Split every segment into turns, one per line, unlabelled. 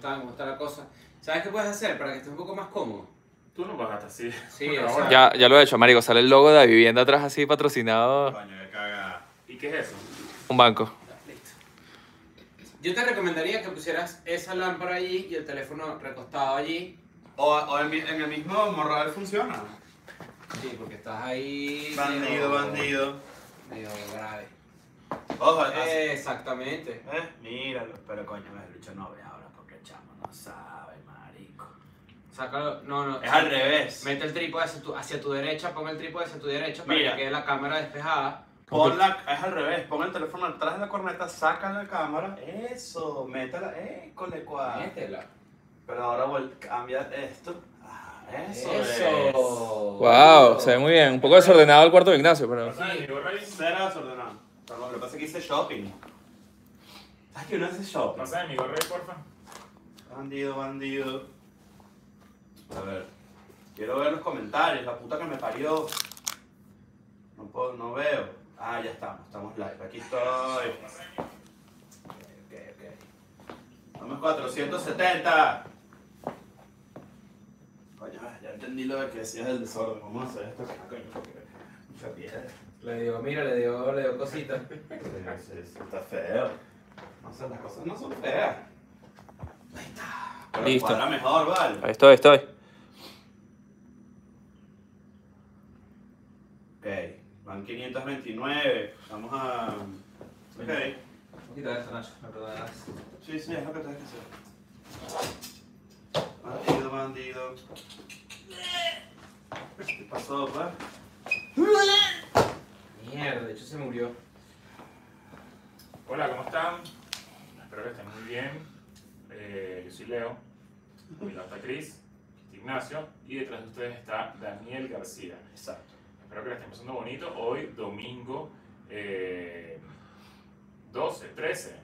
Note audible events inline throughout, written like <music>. pan, cómo está la cosa. ¿Sabes qué puedes hacer para que estés un poco más cómodo?
Tú no vas hasta así. <laughs>
Sí,
Por
o
ahora.
sea-
Ya, ya lo he hecho, marico. Sale el logo de la vivienda atrás así patrocinado
Coño, de caga.
¿Y qué es eso?
un banco.
Listo. Yo te recomendaría que pusieras esa lámpara allí y el teléfono recostado allí.
O, o en, mi- en el mismo morral funciona.
Sí, porque estás ahí.
Bandido,
medio-
bandido.
Medio grave.
Ojo, así-
Exactamente.
¿Eh? Míralo, pero coño, el bicho no ve ahora porque el chamo no sabe, marico.
Sácalo. No, no.
Es al revés.
Mete el trípode hacia tu, hacia tu derecha, pon el trípode hacia tu derecha para
Mira.
que quede la cámara despejada.
Pon la, es al revés, pon el teléfono atrás de la corneta, saca la cámara. Eso, métela, eh, cole cual.
Métela.
Pero ahora vuel- cambia esto. Ah, eso, es.
Eso.
Wow, se ve muy bien. Un poco desordenado el cuarto de Ignacio, pero.
Perdón, mi gorra ahí.
Cero desordenado. Perdón, Lo que pasa es que hice shopping. ¿Sabes que uno hace shopping?
Pasa de mi gorra ahí, porfa.
Bandido, bandido. A ver. Quiero ver los comentarios, la puta que me parió. No puedo, no veo. Ah, ya estamos, estamos live. Aquí estoy. Ok, ok, ok. Vamos 470. Coño, ya entendí lo que decías del desorden. Vamos a hacer esto acá, coño, porque mucha piedra.
Le digo, mira, le digo, le digo cositas.
Sí, sí, sí, Está feo. No sé, las cosas no son feas. Ahí está. Pero
Listo.
cuadra mejor, vale.
Ahí estoy, estoy.
Ok, van 529. Vamos a. Ok,
Un poquito de esto, Nacho, me perdonas.
sí, sí, es lo que tienes que hacer. Bandido, bandido. ¿Qué pasó, pues? pa?
Mierda, de hecho se murió.
Hola, ¿cómo están? Espero que estén muy bien. Eh, yo soy Leo. A mi lado está Cris, aquí está Ignacio. Y detrás de ustedes está Daniel García.
Exacto.
Espero que la estén pasando bonito. Hoy, domingo eh, 12, 13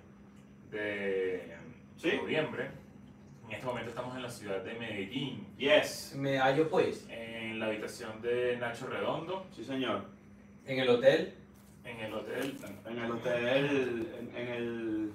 de
Sí.
noviembre. En este momento estamos en la ciudad de Medellín,
Yes.
Me hallo pues
en la habitación de Nacho Redondo,
Sí, señor.
en el hotel,
en el hotel.
En el hotel. En, en el.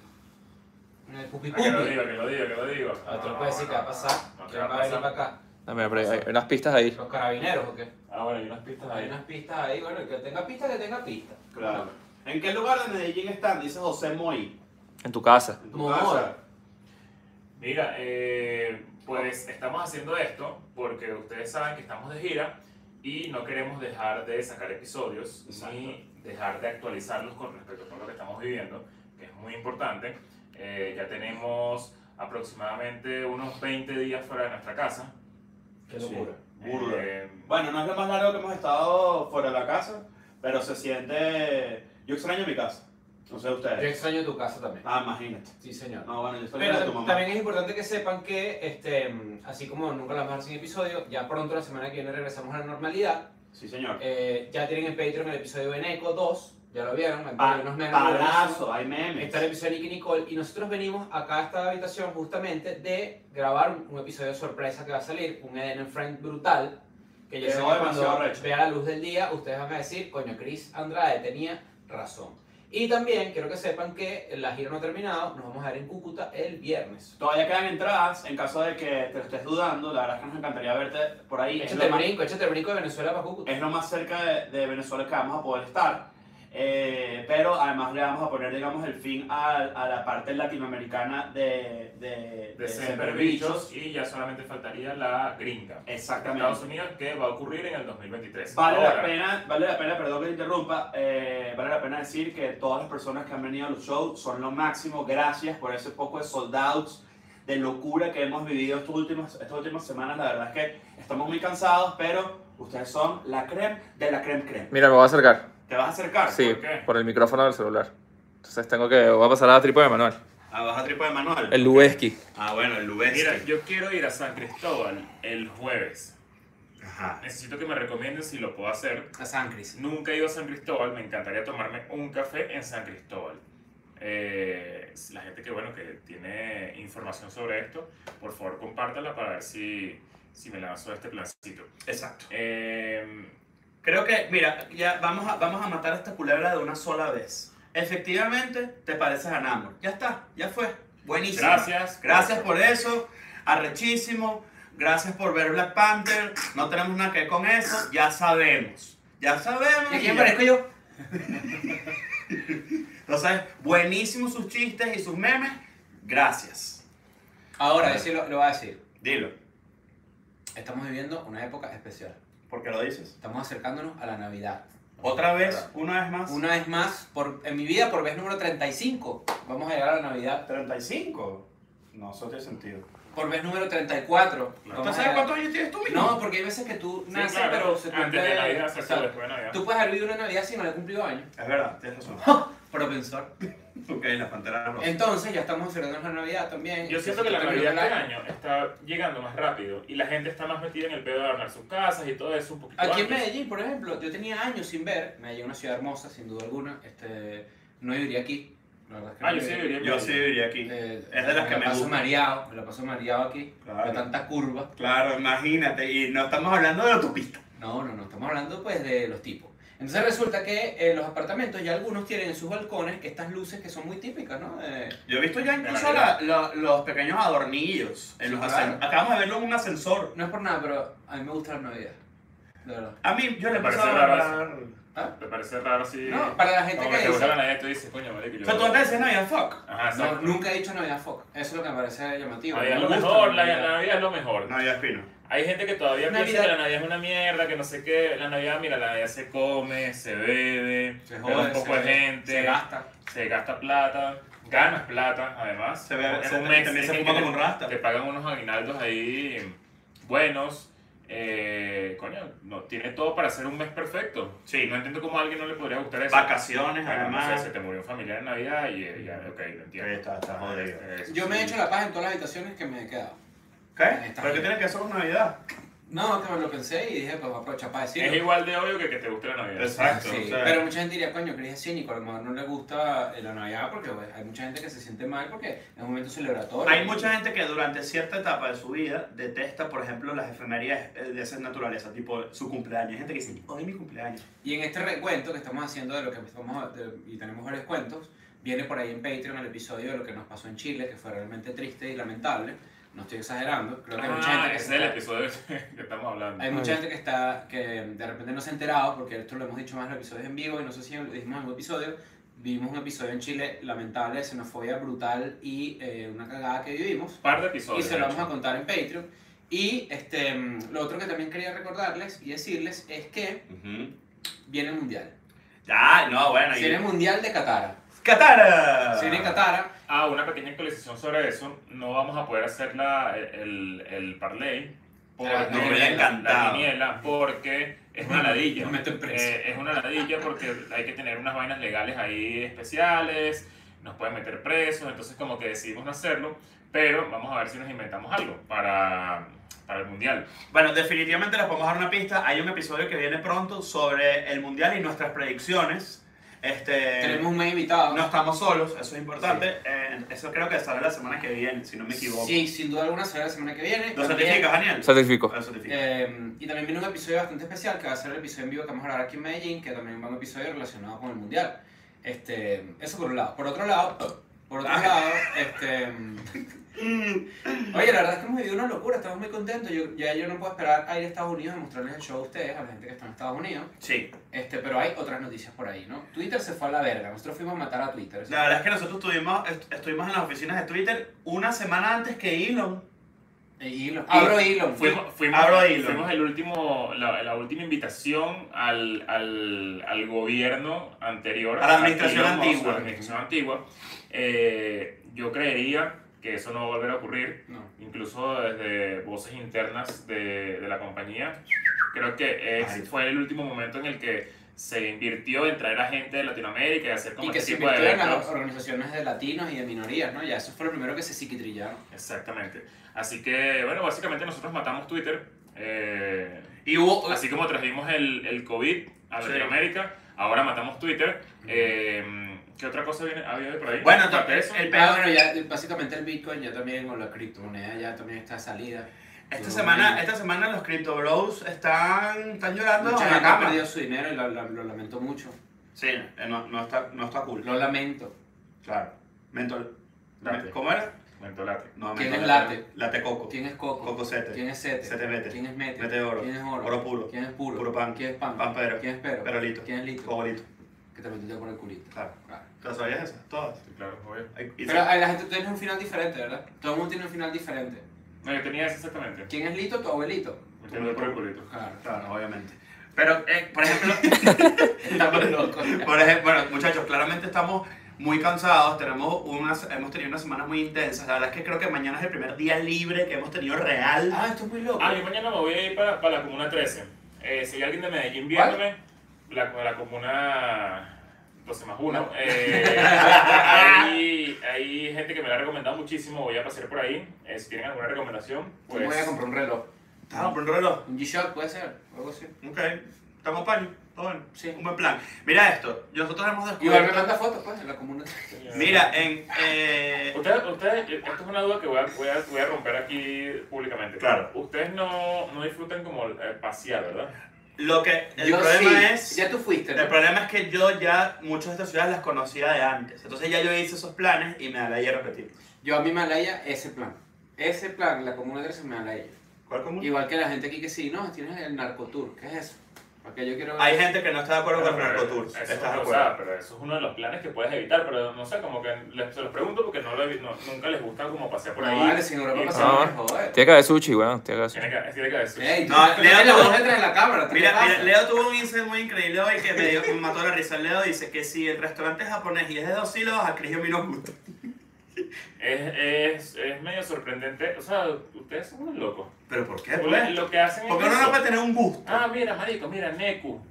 en el pupi
Ah, que lo digo, que lo digo, que lo digo.
Ah, tú no puedes decir qué va a pasar,
No, ¿qué
quién
va a
venir para
pasar?
acá.
Dame, pero hay, hay unas pistas ahí.
Los carabineros o qué?
Ah, bueno, hay unas pistas
Hay
ahí.
unas pistas ahí, bueno, el que tenga pista, que tenga pista.
Claro. ¿En qué lugar de Medellín están? Dice José Moy.
En tu casa.
En tu
Moy.
casa.
Mira, eh, pues estamos haciendo esto porque ustedes saben que estamos de gira y no queremos dejar de sacar episodios ni dejar de actualizarlos con respecto a lo que estamos viviendo, que es muy importante. Eh, ya tenemos aproximadamente unos 20 días fuera de nuestra casa.
Qué
Sí.
locura.
Burda.
Eh,
Bueno, no es lo más largo que hemos estado fuera de la casa, pero se siente. Yo extraño mi casa. No sé
Yo
ustedes.
extraño tu casa también.
Ah, imagínate.
Sí, señor.
No, bueno, yo extraño
Pero
la de tu
tam-
mamá.
también es importante que sepan que, este, mm, así como nunca las más sin episodio, ya pronto la semana que viene regresamos a la normalidad.
Sí, señor.
Eh, ya tienen en Patreon el episodio de Neko 2, ya lo vieron, hay
Pa-
unos memes buenísimos.
palazo, hay memes.
Está el episodio de Nicky Nicole y nosotros venimos acá a esta habitación justamente de grabar un, un episodio sorpresa que va a salir, un Eden and Friend brutal, que yo sé que
Quedó
cuando
demasiado recho.
vea la luz del día ustedes van a decir, coño, Chris Andrade tenía razón. Y también quiero que sepan que la gira no ha terminado, nos vamos a ver en Cúcuta el viernes.
Todavía quedan entradas en caso de que te lo estés dudando. La verdad es que nos encantaría verte por ahí. Es
Échate
lo
el
más,
brinco, échate el brinco de Venezuela para Cúcuta.
es lo más cerca de, de Venezuela que vamos a poder estar. Eh, pero además le vamos a poner, digamos, el fin a, a la parte latinoamericana de, de,
de
Semper
Semper Bichos y ya solamente faltaría la gringa.
Exactamente.
Estados Unidos que va a ocurrir en el 2023.
Vale
Ahora,
la pena, vale la pena, perdón que te interrumpa, eh, vale la pena decir que todas las personas que han venido a los shows son lo máximo. Gracias por ese poco de sold outs, de locura que hemos vivido estas últimas, estas últimas semanas. La verdad es que estamos muy cansados, pero ustedes son la creme de la creme creme.
Mira, me voy a acercar.
¿Te vas a acercar?
Sí,
¿Por qué?
por el micrófono del celular. Entonces tengo que. Voy a pasar a la tripa de Manuel.
Ah, vas a tripo de Manuel.
El Lubeski.
Ah, bueno, el
Mira,
Lubeski.
yo quiero ir a San Cristóbal el jueves.
Ajá.
Necesito que me recomienden si lo puedo hacer.
A San Cris.
Nunca he ido a San Cristóbal, me encantaría tomarme un café en San Cristóbal. Eh, la gente que, bueno, que tiene información sobre esto, por favor compártala para ver si, si me lanzo este plancito.
Exacto.
Eh,
Creo que, mira, ya vamos a, vamos a matar a esta culebra de una sola vez. Efectivamente, te pareces a Namor. Ya está, ya fue. Buenísimo.
Gracias.
Gracias por eso. Arrechísimo. Gracias por ver Black Panther. No tenemos nada que ver con eso. Ya sabemos. Ya sabemos.
¿Y aquí
ya-
aparezco yo?
Entonces, buenísimo sus chistes y sus memes. Gracias.
Ahora, sí lo, lo voy a decir.
Dilo.
Estamos viviendo una época especial.
¿Por qué lo dices?
Estamos acercándonos a la Navidad.
Otra vez, una vez más.
Una vez más, por, en mi vida, por vez número 35, vamos a llegar a la Navidad.
35. No, eso tiene sentido.
Por vez número 34. vamos a
¿Tú sabes
llegar-
cuántos años tienes tú mismo?
No, porque hay veces que tú
Sí,
naces,
claro.
pero se cumple...
Antes de Navidad, se
Exacto.
después de Navidad.
Tú puedes haber vivido una Navidad si no le he cumplido años.
Es verdad, tienes razón.
Propensor.
ok, la pantera rosa.
Entonces, ya estamos acercándonos a la Navidad también.
Yo siento que la
Entonces,
Navidad de
la-
este año está llegando más rápido y la gente está más metida en el pedo de armar sus casas y todo eso un poquito
Aquí en
antes.
Medellín, por ejemplo, yo tenía años sin ver. Medellín es una ciudad hermosa, sin duda alguna. Este, no viviría aquí. La verdad es que
Ah,
no
yo sí
viviría.
viviría en
Yo
Medellín.
sí viviría aquí.
Eh,
Es de las que me
la paso
gusta.
mareado, me la paso mareado aquí.
Claro.
Con tanta curva.
Claro, imagínate. Y no estamos hablando de la autopista.
No, no, no. Estamos hablando pues de los tipos. Entonces resulta que eh, los apartamentos ya algunos tienen en sus balcones estas luces que son muy típicas, ¿no? Eh,
Yo he visto ya incluso
De
la-
la
la- los pequeños adornillos. En
Sí,
los
claro.
ascen- Acabamos de verlo en un ascensor.
no es por nada, pero a mí me gusta la Navidad. De verdad.
A mí, yo le
Parece
paso a
raro
hablar.
¿Ah?
Me parece raro si...
No, para la gente
Como
que
que te
dice-
gusta la Navidad y tú dices, coño, vale, que yo...
O sea, tú antes decías, no, ya fuck.
Ajá,
No,
exacto.
nunca he dicho Navidad Fox. Eso es lo que me parece llamativo.
Navidad es
Me
lo
gusta
mejor, la,
Navidad.
la Navidad es lo mejor.
No, ya fino.
Hay gente que todavía piensa
Navidad.
que la Navidad es una mierda, que no sé qué. La Navidad, mira, la Navidad se come, se bebe,
Se
se
jode,
un poco
se-
de gente,
Se gasta.
se gasta plata, ganas plata, además.
Se bebe-
Es
se-
un mes
también se
en el
fuma
que
como
te-
rasta.
Te pagan unos aguinaldos ahí buenos. Eh, coño, no, tiene todo para ser un mes perfecto. Sí, no entiendo cómo a alguien no le podría gustar eso.
Vacaciones,
Bueno, no sé,
además.
se te murió un familiar en Navidad y eh, ya, ok, lo entiendo. Eh,
Sí, está- está jodido.
Eso
Yo me he
sí.
hecho la paz en todas las habitaciones que me he quedado.
¿Qué?
Está
¿Pero qué
bien.
tiene que ver eso con Navidad?
No, que me lo pensé y dije, pues voy a aprovechar para
Es
decirlo.
igual de obvio que que te guste la Navidad.
Exacto.
Sí,
o sea,
pero mucha gente diría, coño, Chris es cínico, a lo mejor no le gusta eh, la Navidad porque pues, hay mucha gente que se siente mal porque es un momento celebratorio.
Hay mucha gente que durante cierta etapa de su vida detesta, por ejemplo, las efemerías eh, de esa naturaleza, tipo su cumpleaños. Hay gente que dice, hoy es mi cumpleaños.
Y en este recuento que estamos haciendo de lo que estamos, de- y tenemos varios cuentos, viene por ahí en Patreon el episodio de lo que nos pasó en Chile, que fue realmente triste y lamentable. No estoy exagerando, creo que hay mucha gente
Ah,
que
ese es
se
el
está-
episodio <laughs> que estamos hablando.
Hay mucha gente que está que de repente no se ha enterado, porque esto lo hemos dicho más en los episodios en vivo, y no sé si lo dijimos en un episodio. Vivimos un episodio en Chile lamentable de xenofobia brutal y eh, una cagada que vivimos.
Un par de episodios.
Y se lo
de
vamos a
hecho.
contar en Patreon. Y este, mm, lo otro que también quería recordarles y decirles es que viene el Mundial.
Ya, no, bueno.
Viene el Mundial de Qatar.
¡Catara!
Se viene Qatar.
Ah, una pequeña actualización sobre eso. No vamos a poder hacer la, el, el parlay.
Ah, me hubiera
encantado.
La quiniela, porque es una
<laughs>
ladilla.
Me meten preso.
Eh, es una ladilla porque hay que tener unas vainas legales ahí especiales. Nos pueden meter presos. Entonces, como que decidimos no hacerlo. Pero vamos a ver si nos inventamos algo para, para el mundial.
Bueno, definitivamente les podemos dar una pista. Hay un episodio que viene pronto sobre el mundial y nuestras predicciones. Este,
Tenemos un mes invitado.
No estamos solos, eso es importante. Eh, eso creo que sale la semana que viene, si no me equivoco.
Sí, sin duda alguna será la semana que viene.
¿Lo
También-
certificas, Daniel?
Certifico.
Lo certifico.
Eh, y también viene un episodio bastante especial que va a ser el episodio en vivo que vamos a grabar aquí en Medellín, que también va un episodio relacionado con el mundial. Este, eso por un lado. Por otro lado, por otro
Ah.
lado, este.
Mm,
Oye, la verdad es que hemos vivido una locura, estamos muy contentos. Yo, ya yo no puedo esperar a ir a Estados Unidos a mostrarles el show a ustedes, a la gente que está en Estados Unidos.
Sí.
Este, pero hay otras noticias por ahí, ¿no? Twitter se fue a la verga, nosotros fuimos a matar a Twitter. eso
La verdad es que nosotros estuvimos, est- estuvimos en las oficinas de Twitter una semana antes que Elon.
fue- Eh, Elon. Abro Elon.
Fuimos, fuimos,
Abro hilo.
fuimos el último, la, la última invitación al, al, al gobierno anterior.
A la administración
Elon Musk,
antigua.
a la administración antigua. Eh, yo creería que eso no va a volver a ocurrir,
No.
incluso desde voces internas de, de la compañía. Creo que es-
Ay.
fue el último momento en el que se invirtió en traer a gente de Latinoamérica y hacer como
Y que se
este tipo de
invirtieron en las
eventos.
organizaciones de latinos y de minorías, ¿no? Ya eso fue lo primero que se psiquitrillaron.
Exactamente. Así que, bueno, básicamente nosotros matamos Twitter. Eh,
Y hubo.
Ah,
Así como trajimos el, el COVID a
Sí.
Latinoamérica, ahora matamos Twitter. Eh, ¿Qué otra cosa viene, ha habido por ahí?
Bueno,
Aparte de eso,
el peor.
Ah, bueno, ya básicamente el Bitcoin ya también, o la criptomoneda ya también está salida.
Esta
Yo-
semana, esta semana los Crypto Bros están, están llorando
Mucha
en la
gente ha
cama.
perdido su dinero y lo, lo- lo lamento mucho.
Sí, eh, no, no está, no está cool.
Lo lamento.
Claro. Mentol. Me-
Late.
¿Cómo era?
Mentolate.
No,
¿Quién
mentolate.
es late?
Late coco.
¿Quién es Coco?
Coco
¿Quién
sete.
es Sete?
Sete Mete.
¿Quién es Mete?
Mete Oro.
¿Quién es Oro?
Oro puro.
¿Quién es Puro?
Puro pan.
¿Quién es Pan?
Pan pero.
¿Quién es Pero?
Perolito.
¿Quién es Lito?
Cobolito.
Que te metiste por el culito.
Claro.
Claro.
¿Te las sabías esas? Todas.
Sí, claro, obvio.
Ay, y-
Pero a la gente tiene un final diferente, ¿verdad? Todo el mundo tiene un final diferente.
No, yo tenía eso exactamente.
¿Quién es Lito? Tu abuelito.
Me tenía por el culito.
Claro. <laughs>
Claro, obviamente. Pero, eh, por ejemplo, <laughs>
Estamos locos.
por ejemplo, bueno, muchachos, claramente estamos muy cansados, tenemos unas, hemos tenido unas semanas muy intensas. La verdad es que creo que mañana es el primer día libre que hemos tenido real.
Ah, esto es muy loco.
Ah, yo mañana me voy a ir para, para la Comuna 13. Eh, si hay alguien de Medellín viéndome, la, la Comuna 12 más 1. hay, hay gente que me la ha recomendado muchísimo, voy a pasar por ahí. Eh, si tienen alguna recomendación,
Yo me
pues...
voy a comprar un reloj.
Estamos por un reloj.
Un G-Shock puede ser, o algo así.
Ok, estamos paño. Todo bien.
Sí.
Un buen plan. Mira esto, nosotros hemos
Igual me
descubierto.
manda fotos, pues, en la comuna.
Mira, en. eh,
Ustedes, ustedes, esto es una duda que voy a, voy a, voy a romper aquí públicamente.
Claro.
Ustedes no, no disfrutan como eh, pasear, ¿verdad?
lo que. El
yo
problema
sí.
es.
Ya tú fuiste, ¿no?
El problema es que yo ya muchas de estas ciudades las conocía de antes. Entonces ya yo hice esos planes y me da la idea de repetir.
Yo a mí me alaya ese plan. Ese plan, la comuna 13 me alaya.
¿Cuál común?
Igual que la gente aquí que sí, no, tienes el narcotour. ¿Qué es eso? Porque yo quiero...
Hay gente que no está de acuerdo con el
Pero
Narcotour.
eso-
¿Estás de acuerdo?
o sea, pero eso es uno de los planes que puedes evitar, pero no sé, como que les, se los pregunto porque no lo he- no- nunca les gusta como pasear por
No,
ahí.
vale, si en Europa
Y-
pasamos,
no.
joder.
Tiene que haber sushi, weón. Tiene que haber
Tiene
sushi.
que, tiene que decir.
Ey, tú
No,
no,
Leo,
la
no.
voz detrás de la cámara. ¿tú qué
Mira, mira,
pasa?
Leo tuvo un insight muy increíble hoy que me, dio- me mató la risa. Leo dice que si el restaurante es japonés y es de dos sílabas, a Cris y a mí nos gusta.
Es, es, es medio sorprendente. O sea, ustedes son unos locos.
¿Pero por qué?
Ustedes
Pues?
Lo que hacen
Porque uno
eso.
no puede tener un gusto.
Ah, mira, marico, mira, Neku.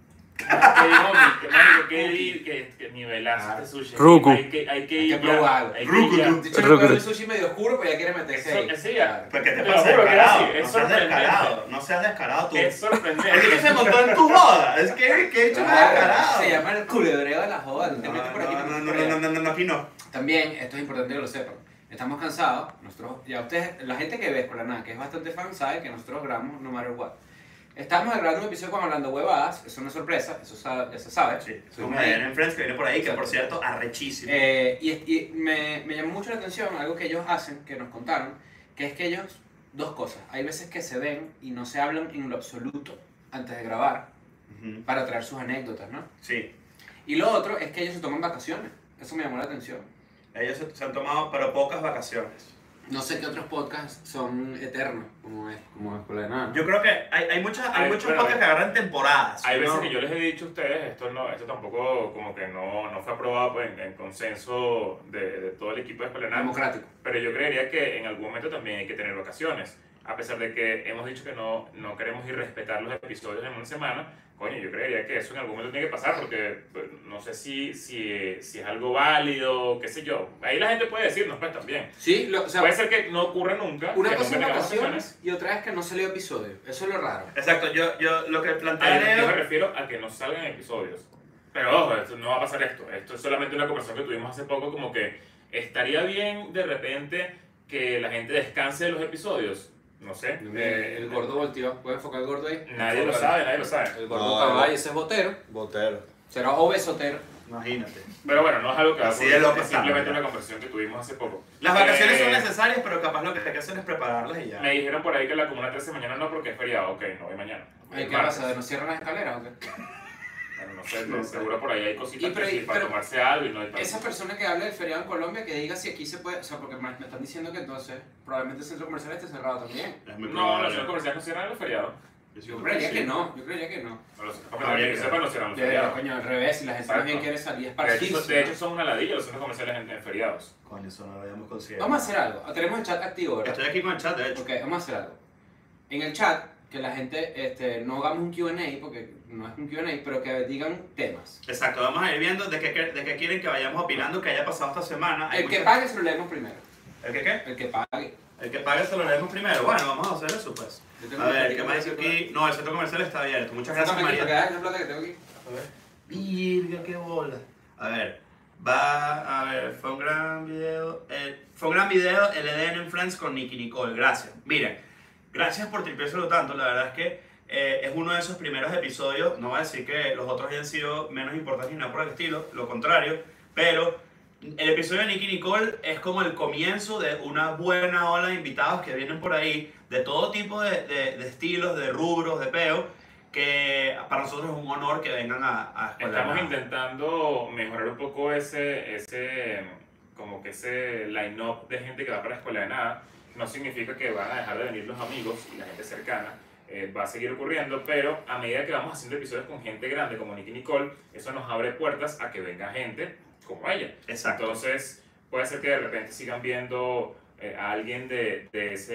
Ah, qué gomi, que marico, qué, di- que, que
Ah,
nivelazo este sushi.
Ruku.
Hay que, hay que ir
que
ya,
probarlo.
Hay
Ruku,
que ir ya.
tú.
De hecho, le
Rucru.
pone el sushi medio oscuro, pero ya quiere meterse
Eso-
ahí.
sí, ya.
Porque pues, te
Te lo
pasas
juro que
descarado.
es así, es
no seas
sorprendente.
descarado. No seas descarado tú.
Es sorprendente.
El que se montó en tu boda. Es que, que he hecho más
Claro,
descarado.
Ah, se llama el culebreo de la joda. tú te metes por aquí,
No,
te
no,
metes
no,
por allá.
no, no, no, no, aquí no.
También, esto es importante que lo sepan, estamos cansados, nosotros, ya ustedes, la gente que ve Escuela de Nada, que es bastante fan, sabe que nosotros grabamos no matter what. Estamos grabando un episodio con Hablando Huevadas, eso no es sorpresa, eso sabe, eso sabe.
Sí,
Estuvimos
como
ahí.
Adriana en Friends que viene por ahí, que por cierto, arrechísimo.
Eh, y y me, me llamó mucho la atención algo que ellos hacen, que nos contaron, que es que ellos, dos cosas, hay veces que se ven y no se hablan en lo absoluto antes de grabar,
Ujú,
para traer sus anécdotas, ¿no?
Sí,
Y lo otro es que ellos se toman vacaciones, eso me llamó la atención.
ellos se, se han tomado pero pocas vacaciones.
No sé qué otros podcasts son eternos, como es, como Escuela de Nada. ¿no?
Yo creo que hay, hay, muchas, hay
Ay,
muchos
bueno,
podcasts que agarran temporadas.
Hay
¿no?
veces que yo les he dicho a ustedes, esto no, esto tampoco como que no, no fue aprobado pues, en, en consenso de, de todo el equipo de Escuela de Nada,
democrático.
pero yo creería que en algún momento también hay que tener vacaciones. A pesar de que hemos dicho que no, no queremos ir respetar los episodios en una semana, coño, yo creería que eso en algún momento tiene que pasar porque pues, no sé si, si, si es algo válido, qué sé yo. Ahí la gente puede decirnos pues también.
Sí, lo- o sea,
Puede ser que no ocurra nunca.
una
Pues,
cosa
que nunca
es
tengamos
vacaciones y otra es que no salió episodio. Eso es lo raro.
Exacto, yo, yo lo que
Ah, yo- yo me
planteé
refiero a que no salgan episodios. Pero ojo, esto- no va a pasar esto. Esto es solamente una conversación que tuvimos hace poco, como que estaría bien de repente que la gente descanse de los episodios. No sé. eh,
el gordo volteó. ¿Puedes enfocar el gordo ahí?
Nadie lo
Enfócalo.
sabe, nadie lo sabe.
El gordo
No,
caballo, ese es botero.
Botero.
Será obesotero.
Imagínate.
Pero bueno, no es algo que va a
Así
ocurrir,
es lo que
es simplemente
estamos,
una conversación que tuvimos hace poco.
Las vacaciones
Eh,
son necesarias, pero capaz lo que hay que hacer es prepararlas y ya.
Me dijeron por ahí que la comuna 13 mañana no porque es feriado. Ok, no voy mañana.
Ay,
El
¿Qué
martes.
pasa? ¿Nos cierran las escaleras o qué?
Bueno, no sé, no, seguro por ahí hay cositas
eh. Y pero-
que sí,
y-
para
pero-
tomarse algo y no hay para-
Esa persona que habla del feriado en Colombia, que diga si aquí se puede. O sea, porque me me están diciendo que entonces probablemente el centro comercial esté cerrado también.
Es muy
No,
probable.
los centros comerciales no cierran los feriados.
Yo sí
Yo
creo
creería
sí.
que no, yo creería que no.
No los
Habría
centros comerciales
que
que sepan no cierran los
De
feriados.
coño, al revés, si la gente
Exacto.
también quiere salir es
De hecho,
partirse.
de hecho son una ladilla los centros comerciales en, en feriados.
Coño, eso no lo habíamos considerado.
Vamos a hacer algo. Ah, Tenemos el chat activo, ¿verdad?
Estoy aquí con el chat, de hecho.
Ok, vamos a hacer algo. En el chat, que la gente este, no hagamos un QA, porque no es un QA, pero que digan temas.
Exacto, vamos a ir viendo de qué, de qué quieren que vayamos opinando que haya pasado esta semana. Hay
El que
muchas-
pague se lo leemos primero.
¿El que qué?
El que pague.
El que pague se lo leemos primero. Bueno, vamos a hacer eso, pues.
Yo tengo
A
una
ver,
platica
¿qué más
que
dice aquí? No, el centro comercial está abierto. Muchas
Sácame
gracias, María.
aquí, porque es la plata que tengo aquí.
A ver. Virga, qué bola. A ver, va, a ver, fue un gran video. eh, fue un gran video el EDN en Friends con Nicky Nicole. Gracias. Miren, gracias por tripeárselo tanto. La verdad es que eh, es uno de esos primeros episodios. No voy a decir que los otros hayan sido menos importantes ni nada por el estilo, lo contrario. Pero El episodio de Nicky Nicole es como el comienzo de una buena ola de invitados que vienen por ahí, de todo tipo de, de- de estilos, de rubros, de peo, que para nosotros es un honor que vengan a, a Escuela
Estamos
Nada.
intentando mejorar un poco ese, ese, como que ese line-up de gente que va para la escuela de nada. No significa que van a dejar de venir los amigos y la gente cercana. eh, va a seguir ocurriendo, pero a medida que vamos haciendo episodios con gente grande como Nicky Nicole, eso nos abre puertas a que venga gente como ella.
Exacto.
Entonces, puede ser que de repente sigan viendo eh, a alguien de, de ese,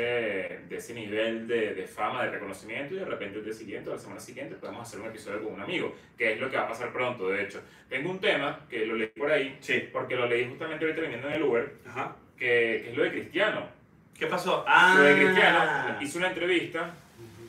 de ese nivel de, de fama, de reconocimiento, y de repente el día siguiente o la semana siguiente podemos hacer un episodio con un amigo, que es lo que va a pasar pronto, de hecho. Tengo un tema que lo leí por ahí,
Sí.
porque lo leí justamente ahorita viniendo en el Uber,
Ajá.
que, que es lo de Cristiano.
¿Qué pasó?
Lo de Cristiano
Ah,
hizo una entrevista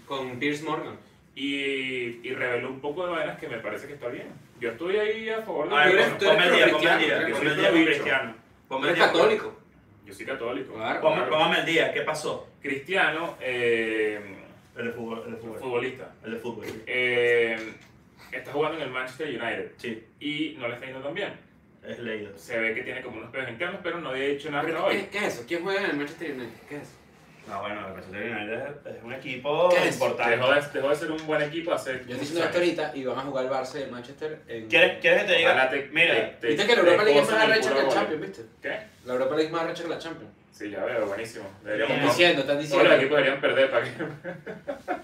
Con Pierce Morgan.
y, y reveló un poco de vainas que me parece que está bien. Yo estoy ahí a favor de
a ver,
eres-
pon-
tú eres
ponme el día, ponme el
pro-cristiano,
día,
tú
ponme el día
eres
con
pro-bicho.
Cristiano. Ponme el
Eres
día con-
católico.
Yo soy católico.
Claro.
Ponme ponme el día, ¿qué pasó?
Cristiano, eh,
El de fútbol, el de fútbol.
futbolista,
El de fútbol.
eh, está jugando en el Manchester United
Sí,
y no le está yendo tan bien.
es leído.
Se ve que tiene como unos pedos internos, pero no había hecho nada hasta
Pero,
Ah, hoy.
¿qué, ¿Qué es eso? ¿Quién juega en el Manchester United? ¿Qué es eso?
No, bueno, el Manchester United es un equipo
¿Qué es?
importante.
Dejó de, dejó de ser un buen equipo hace.
Yo estoy diciendo esto
años.
ahorita y van a jugar el Barça y el Manchester en...
¿Quieres, quieres que te diga?
Ojalá te-
Mira,
te- te-
Viste que la
te
Europa League es
cosen
más
el
arrecha
culo
que
a
la
gol.
Champions, ¿viste?
¿Qué?
La Europa League es más arrecha que la Champions.
Sí, ya veo, buenísimo.
Están
Deberíamos.
diciendo, están
Todos los
diciendo.
equipos deberían perder para que. <laughs>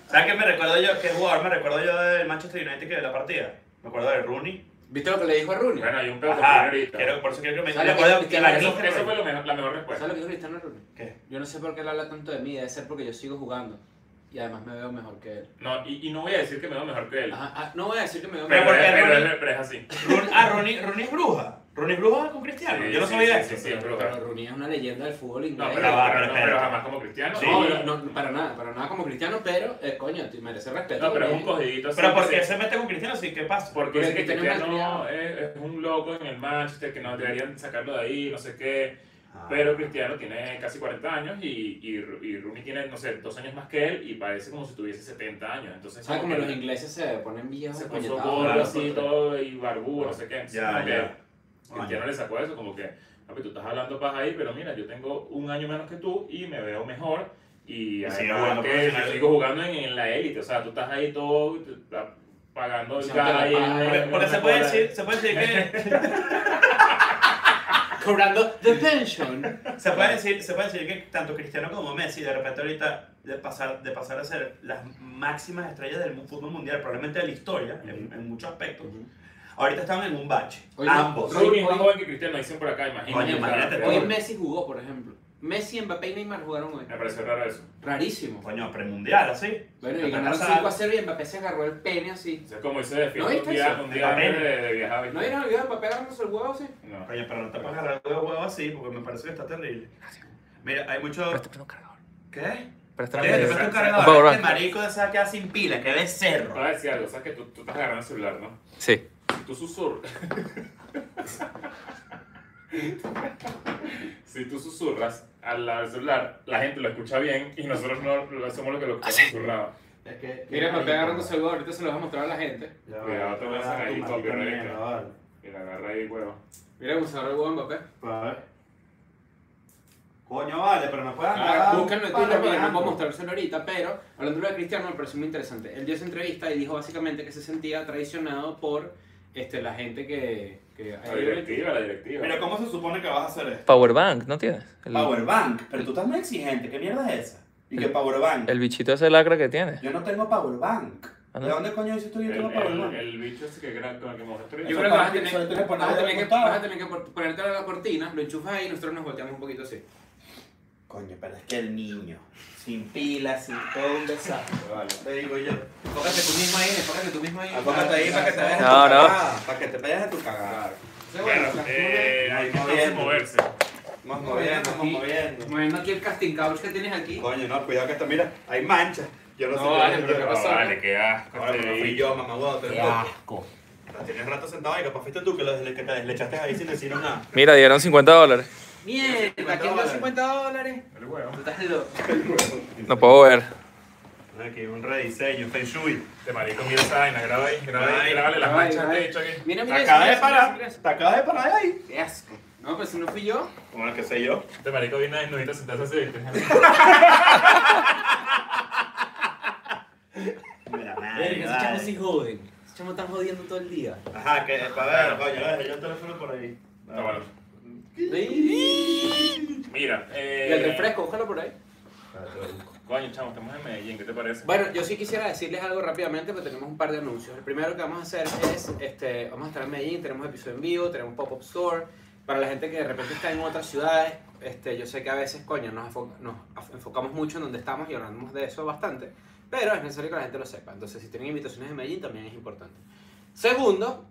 ¿Sabes qué me recuerdo yo? ¿Qué jugador me recuerdo yo del Manchester United que de la partida? Me acuerdo de Rooney.
¿Viste lo que le dijo a Rooney?
Bueno, hay un pedo con
Ajá,
Rooney ahorita.
quiero- por eso quiero que me...
¿Sabes
Me
lo que-
acuerdo
que
que la
la-
Eso,
gente-
eso fue lo mejor- la mejor respuesta.
¿Sabes lo que dijo Cristiano Rooney?
¿Qué?
Yo no sé por qué él habla tanto de mí, debe ser porque yo sigo jugando. Y además me veo mejor que él.
No, y, y no voy a decir que me veo mejor que él.
Ajá, ah, no voy a decir que me veo
Pero,
mejor.
porque
es- pero
Rooney-
es- pero es así.
Rooney- Ah, Rooney, Rooney es bruja. Rooney es bruja con Cristiano.
Sí,
yo no
sí,
sabía
sí,
eso.
sí, sí, es brutal.
Pero Rooney es una leyenda del fútbol inglés.
No, pero,
va,
pero
pero
no,
espera.
pero jamás como cristiano.
Sí.
No, no, no, para nada, para nada como cristiano, pero eh, coño, te merece respeto.
No, pero es un
porque-
cogidito. así
Pero
que
¿por qué
se-
se mete con Cristiano? Sí, ¿qué pasa?
Porque
Pero
dice
Pues es
que
que tiene
Cristiano
malcriado.
es, es un loco en el Manchester, que no deberían sacarlo de ahí, no sé qué.
Ah.
Pero Cristiano tiene casi 40 años y, y, Ru- y Rooney tiene, no sé, dos años más que él y parece como si tuviese 70 años. Entonces,
¿Sabes
como
como los
que
ingleses se ponen viejos
se puso
coñetados?
gordo
claro,
así
porque-
todo y barbudo, no sé qué. Entonces,
Ya,
como que
ya.
Cristiano le sacó eso, como que, papi, tú estás hablando paja ahí, pero mira, yo tengo un año menos que tú y me veo mejor. Y
Y sigue
además
jugando
que
profesional.
yo sigo jugando en, en la élite, o sea, tú estás ahí todo tú estás pagando el
O sea,
gas
te la
ahí en-
pagan.
Porque,
en
porque
una
se puede
cola.
decir, se puede decir
<laughs>
que
<laughs> Cobrando the
<laughs>
pension.
se puede decir, se puede decir que tanto Cristiano como Messi de repente ahorita de pasar de pasar a ser las máximas estrellas del mu- fútbol mundial, probablemente de la historia en, en muchos aspectos. Ahorita están en un bache,
Oye,
ambos.
Rooney-
Rooney es más
Hoy-
joven que Cristiano, dicen por acá, imagínate.
Coño,
o sea,
imagínate,
pero-
Hoy Messi jugó, por ejemplo. Messi, Mbappé y Neymar jugaron hoy.
Me pareció raro eso.
Rarísimo.
Coño, premundial, así.
Bueno,
Te
y ganaron
pasa-
5 a 0 y Mbappé se agarró el pene así.
O sea, como hice de fiesta
¿No
un
viste
día,
eso?
un
De
día
papel.
antes de, de viajar.
¿No vieron el video de Mbappé agarrándose el huevo así?
No.
Coño, pero no te puedes agarrar de huevo así porque me parece que está terrible. Mira, hay mucho ¿Qué? Oye, te presto
Presta-
un
Un power
cargador, este
bank.
marico de esa queda sin pila, que de
Te
cerro.
voy a decir algo, sabes que tú, tú estás agarrando el celular, ¿no?
Sí.
Si tú susurras. si tú susurras al al celular, la gente lo escucha bien y nosotros no lo- somos los que lo escuchamos susurrado.
Es que-
Mira, Mbappé
marico,
agarrándose el huevo, ahorita se lo voy a mostrar a la gente.
Ya,
Cuidado, te
ya,
voy a hacer
tu
ahí,
marico
papi,
mierda,
marica.
vale.
Y la agarra ahí, huevo.
Mira cómo se agarró el huevo Mbappé.
Pues,
Vale. Coño, vale, pero no puedes andar.
Ah, Búsquenlo en Twitter porque no
palameando.
puedo mostrárselo ahorita, pero hablando de Cristiano me pareció muy interesante. Él dio esa entrevista y dijo básicamente que se sentía traicionado por este, la gente que... que
La directiva, la directiva.
Pero ¿cómo se supone que vas a hacer esto?
Powerbank, ¿no tienes? El,
Powerbank, pero tú estás muy exigente, ¿qué mierda es esa? ¿Y qué Powerbank?
el bichito ese lacra que tienes.
Yo no tengo Powerbank.
Ah,
¿De
¿no?
dónde coño dices tú que
el,
yo tengo
el,
Powerbank?
el bicho ese que gra- con el que mostré.
Yo
Eso
creo que vas a
para-
tener,
solo tienes que ponerle
vas a tener
la
que,
montada.
vas a tener que por- ponerte a la cortina, lo enchufas ahí y nosotros nos volteamos un poquito así.
Coño, pero es que el niño, sin pilas, sin todo un desastre, vale. Te digo yo.
Enfócate tú mismo ahí, enfócate tú mismo ahí.
Apócate ahí para que te veas en tu
No, no.
cagada, para que te veas en tu cagada.
Sí,
Bueno,
bueno, las
eh, hay que entonces
Moviendo.
moverse.
Vamos moviendo, vamos moviendo.
moviendo- Moviendo aquí el casting couch que tienes aquí.
Coño, no, cuidado que esto, mira, hay manchas. Yo no,
No,
sé qué-
vale, pero
yo-
¿qué pasó?
vale, qué asco.
Ahora,
este
pero
bicho.
fui
Yo, mamá, huevo, te
Qué asco.
Tienes rato sentado y capaz fuiste tú que lo desle- que te deslechaste ahí sin decirnos nada.
Mira, dieron 50 dólares.
Mierda, ¿quién dio 50 dólares?
El huevo.
Tú estás loco.
No puedo ver.
Aquí un rediseño, un Feng Shui.
Te Este marico, mira esa vaina, graba ahí, graba ahí,
Ay,
grábale las
ay,
manchas
ay.
de hecho aquí.
Mira, mira
Te
eso,
acabas
mira
de
eso, mira eso, mira
parar,
eso.
te acabas de parar ahí.
Qué asco. No, pues no fui yo.
Bueno, qué sé yo.
Este marico viene de novita sentarse así. ¿viste?
Mira,
Verga,
madre,
esos chamos sí
vale.
joden. Esos chamos están jodiendo todo el día.
Ajá, que para ver, coño, yo dejé yo el teléfono por ahí.
Está bueno.
Y
Mira, eh,
el refresco, ojalá por ahí.
Coño, chamo, estamos en Medellín, ¿qué te parece?
Bueno, yo sí quisiera decirles algo rápidamente porque tenemos un par de anuncios. El primero que vamos a hacer es, este, vamos a estar en Medellín, tenemos episodio en vivo, tenemos pop-up store. Para la gente que de repente está en otras ciudades, este, yo sé que a veces, coño, nos, afo- nos af- enfocamos mucho en donde estamos y hablamos de eso bastante, pero es necesario que la gente lo sepa. Entonces, si tienen invitaciones de Medellín, también es importante. Segundo,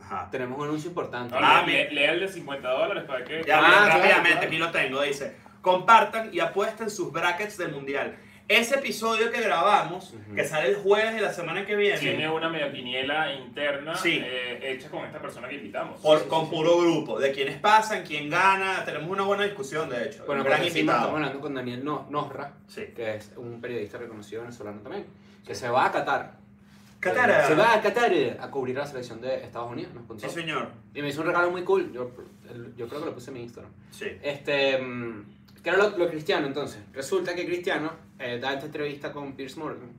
Ajá.
tenemos un anuncio importante.
Ahora,
Ah,
le- lea el de 50 dólares para que.
Ya,
Ah,
mira,
claro,
rápidamente,
claro.
aquí lo tengo, dice. Compartan y apuesten sus brackets del mundial. Ese episodio que grabamos,
Ujú.
que sale el jueves de la semana que viene,
Tiene una media quiniela interna
Sí.
eh, hecha con esta persona que invitamos.
por- con puro grupo, de quiénes pasan, quién gana, tenemos una buena discusión, de hecho.
Bueno,
un gran
porque encima estamos
invitado.
hablando con Daniel No- Nosra,
Sí.
que es un periodista reconocido venezolano también, que se va a Qatar.
Catara.
Se va a Qatar eh, a cubrir la selección de Estados Unidos, nos contó.
Sí, señor.
Y me hizo un regalo muy cool, yo, yo creo que lo puse en mi Instagram.
Sí.
Este, mm, ¿Qué era lo, lo cristiano entonces? Resulta que Cristiano eh, da esta entrevista con Pierce Morgan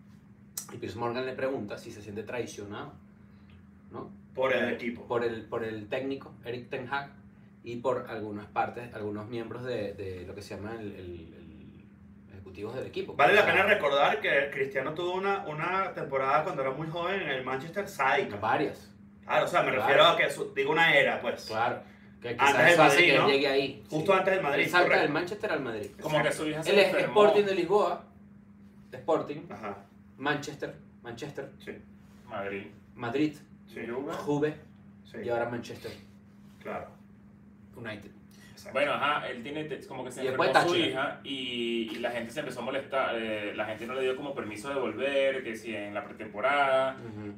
y Pierce Morgan le pregunta si se siente traicionado ¿no?
Por el equipo.
por, el, por el técnico Eric Ten Hag y por algunas partes, algunos miembros de, de lo que se llama el, el- el ejecutivos del equipo.
Vale la pena
recordar
recordar que Cristiano tuvo una, una temporada cuando era muy joven en el Manchester sádica.
Varias,
Claro, o sea, me
Claro.
refiero a que su- digo una era, pues.
claro. Que quizás
Antes del
eso hace
Madrid,
que él
¿no?
llegue ahí.
Justo
sí.
antes del Madrid,
Él salta
correcto.
del Manchester al Madrid.
Como que su hija se
Él es
enfermó.
Sporting de Lisboa, Sporting,
Ajá.
Manchester, Manchester,
Sí.
Madrid.
Madrid,
Sí.
Juve.
Juve
Sí.
y ahora Manchester
Claro.
United.
Exacto.
Bueno, ajá, él tiene te- como que se
Y después
enfermó su
Táchira.
hija y, y la gente se empezó a molestar, eh, la gente no le dio como permiso de volver, que si en la pretemporada,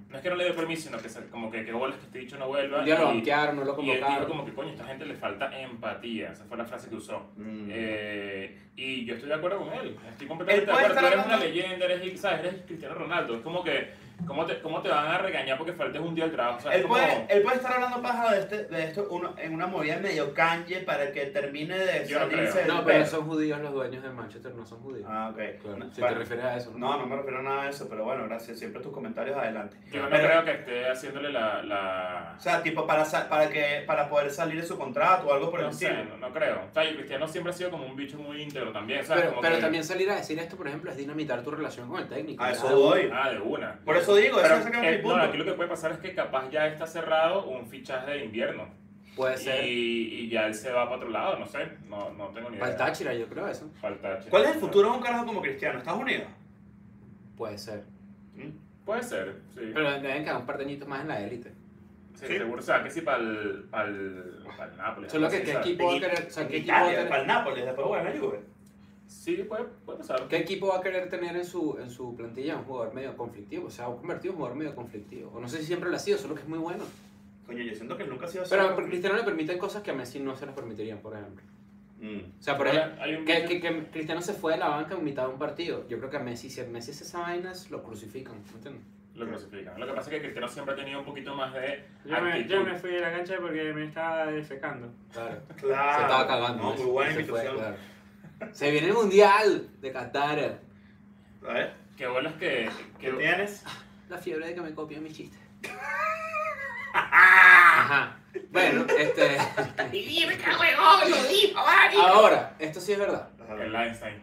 no es que no le dio permiso, sino que se- como que qué bolas que este dicho no vuelva.
Un día lo
y,
banquearon, no lo
y él dijo
convocaron.
como que coño, esta gente le falta empatía, esa fue la frase que usó.
Mm.
Eh, y yo estoy de acuerdo con él. Estoy
Él
completamente de
puede
acuerdo. Tú
estar
eres una
hablando-
leyenda, eres, ¿sabes? eres Cristiano Ronaldo. Es como que, ¿cómo te, cómo te van a regañar porque faltes un día al trabajo? O sea, es
Él
como-
puede, él puede estar hablando paja de, este, de esto uno- en una movida medio canje para que termine de
Yo no creo.
salirse del
No, pero
pedo.
son judíos los dueños de Manchester, no son judíos.
Ah, ok.
Claro,
No,
si
bueno,
te refieres a eso.
no, no me refiero a nada de eso, pero bueno, gracias. Siempre tus comentarios adelante.
Yo no
Pero-
creo que esté haciéndole la... la-
O sea, tipo para, sa- para, que, para poder salir de su contrato o algo por el
no sé,
estilo.
no, no creo. O sea, y Cristiano siempre ha sido como un bicho muy íntegro también, ¿sabes?
Pero,
Como
pero
que-
también salir a decir esto, por ejemplo, es dinamitar tu relación con el técnico.
A eso
Ah,
voy.
Ah, de una.
Por eso digo, eso
Pero,
es mi
eh, no,
punto.
aquí lo que puede pasar es que capaz ya está cerrado un fichaje de invierno.
Puede
Y,
ser.
y ya él se va para otro lado, no sé. No, no tengo ni idea.
Para el Táchira, yo creo eso.
Falta.
¿Cuál es el futuro de un carajo como Cristiano? ¿Estados Unidos?
Puede ser.
Puede ser, sí.
Pero deben quedar un par de añitos más en la élite.
Sí,
¿Sí?
seguro, o sea, que sí, para el, para el, para el Nápoles.
Solo que
algo así,
qué
¿sabes?
equipo va a
En
querer, o sea, qué
En
equipo va a
Italia,
querer-
para el Nápoles, después bueno, la Juve.
Sí, puede, puede pasar.
¿Qué equipo va a querer tener en su, en su plantilla un jugador medio conflictivo? O sea, ha convertido en un jugador medio conflictivo. O no sé si siempre lo ha sido, solo que es muy bueno.
Coño, yo siento que él nunca ha sido así.
Pero a Cristiano le permiten cosas que a Messi no se las permitirían, por ejemplo.
Mm.
O sea, por
Ahora,
ejemplo,
hay un-
que, que- que Cristiano se fue de la banca en mitad de un partido. Yo creo que a Messi, si a Messi hace esa vaina, lo crucifican. ¿Me entiendes?
Lo que nos explican. Lo que pasa es que Cristiano siempre ha tenido un poquito más de
Yo me, yo
actitud.
me fui de la cancha porque me estaba defecando.
Claro.
Claro.
se estaba cagando.
Ah, No,
Messi,
muy buena
y se fue,
invitación.
claro. Se viene el Mundial de Qatar.
A ver,
Que bolas que...
¿qué
que
tienes?
La fiebre de que me copian mis chistes. Ajá. Bueno,
<laughs>
este. Ahora, esto sí es verdad.
el Einstein.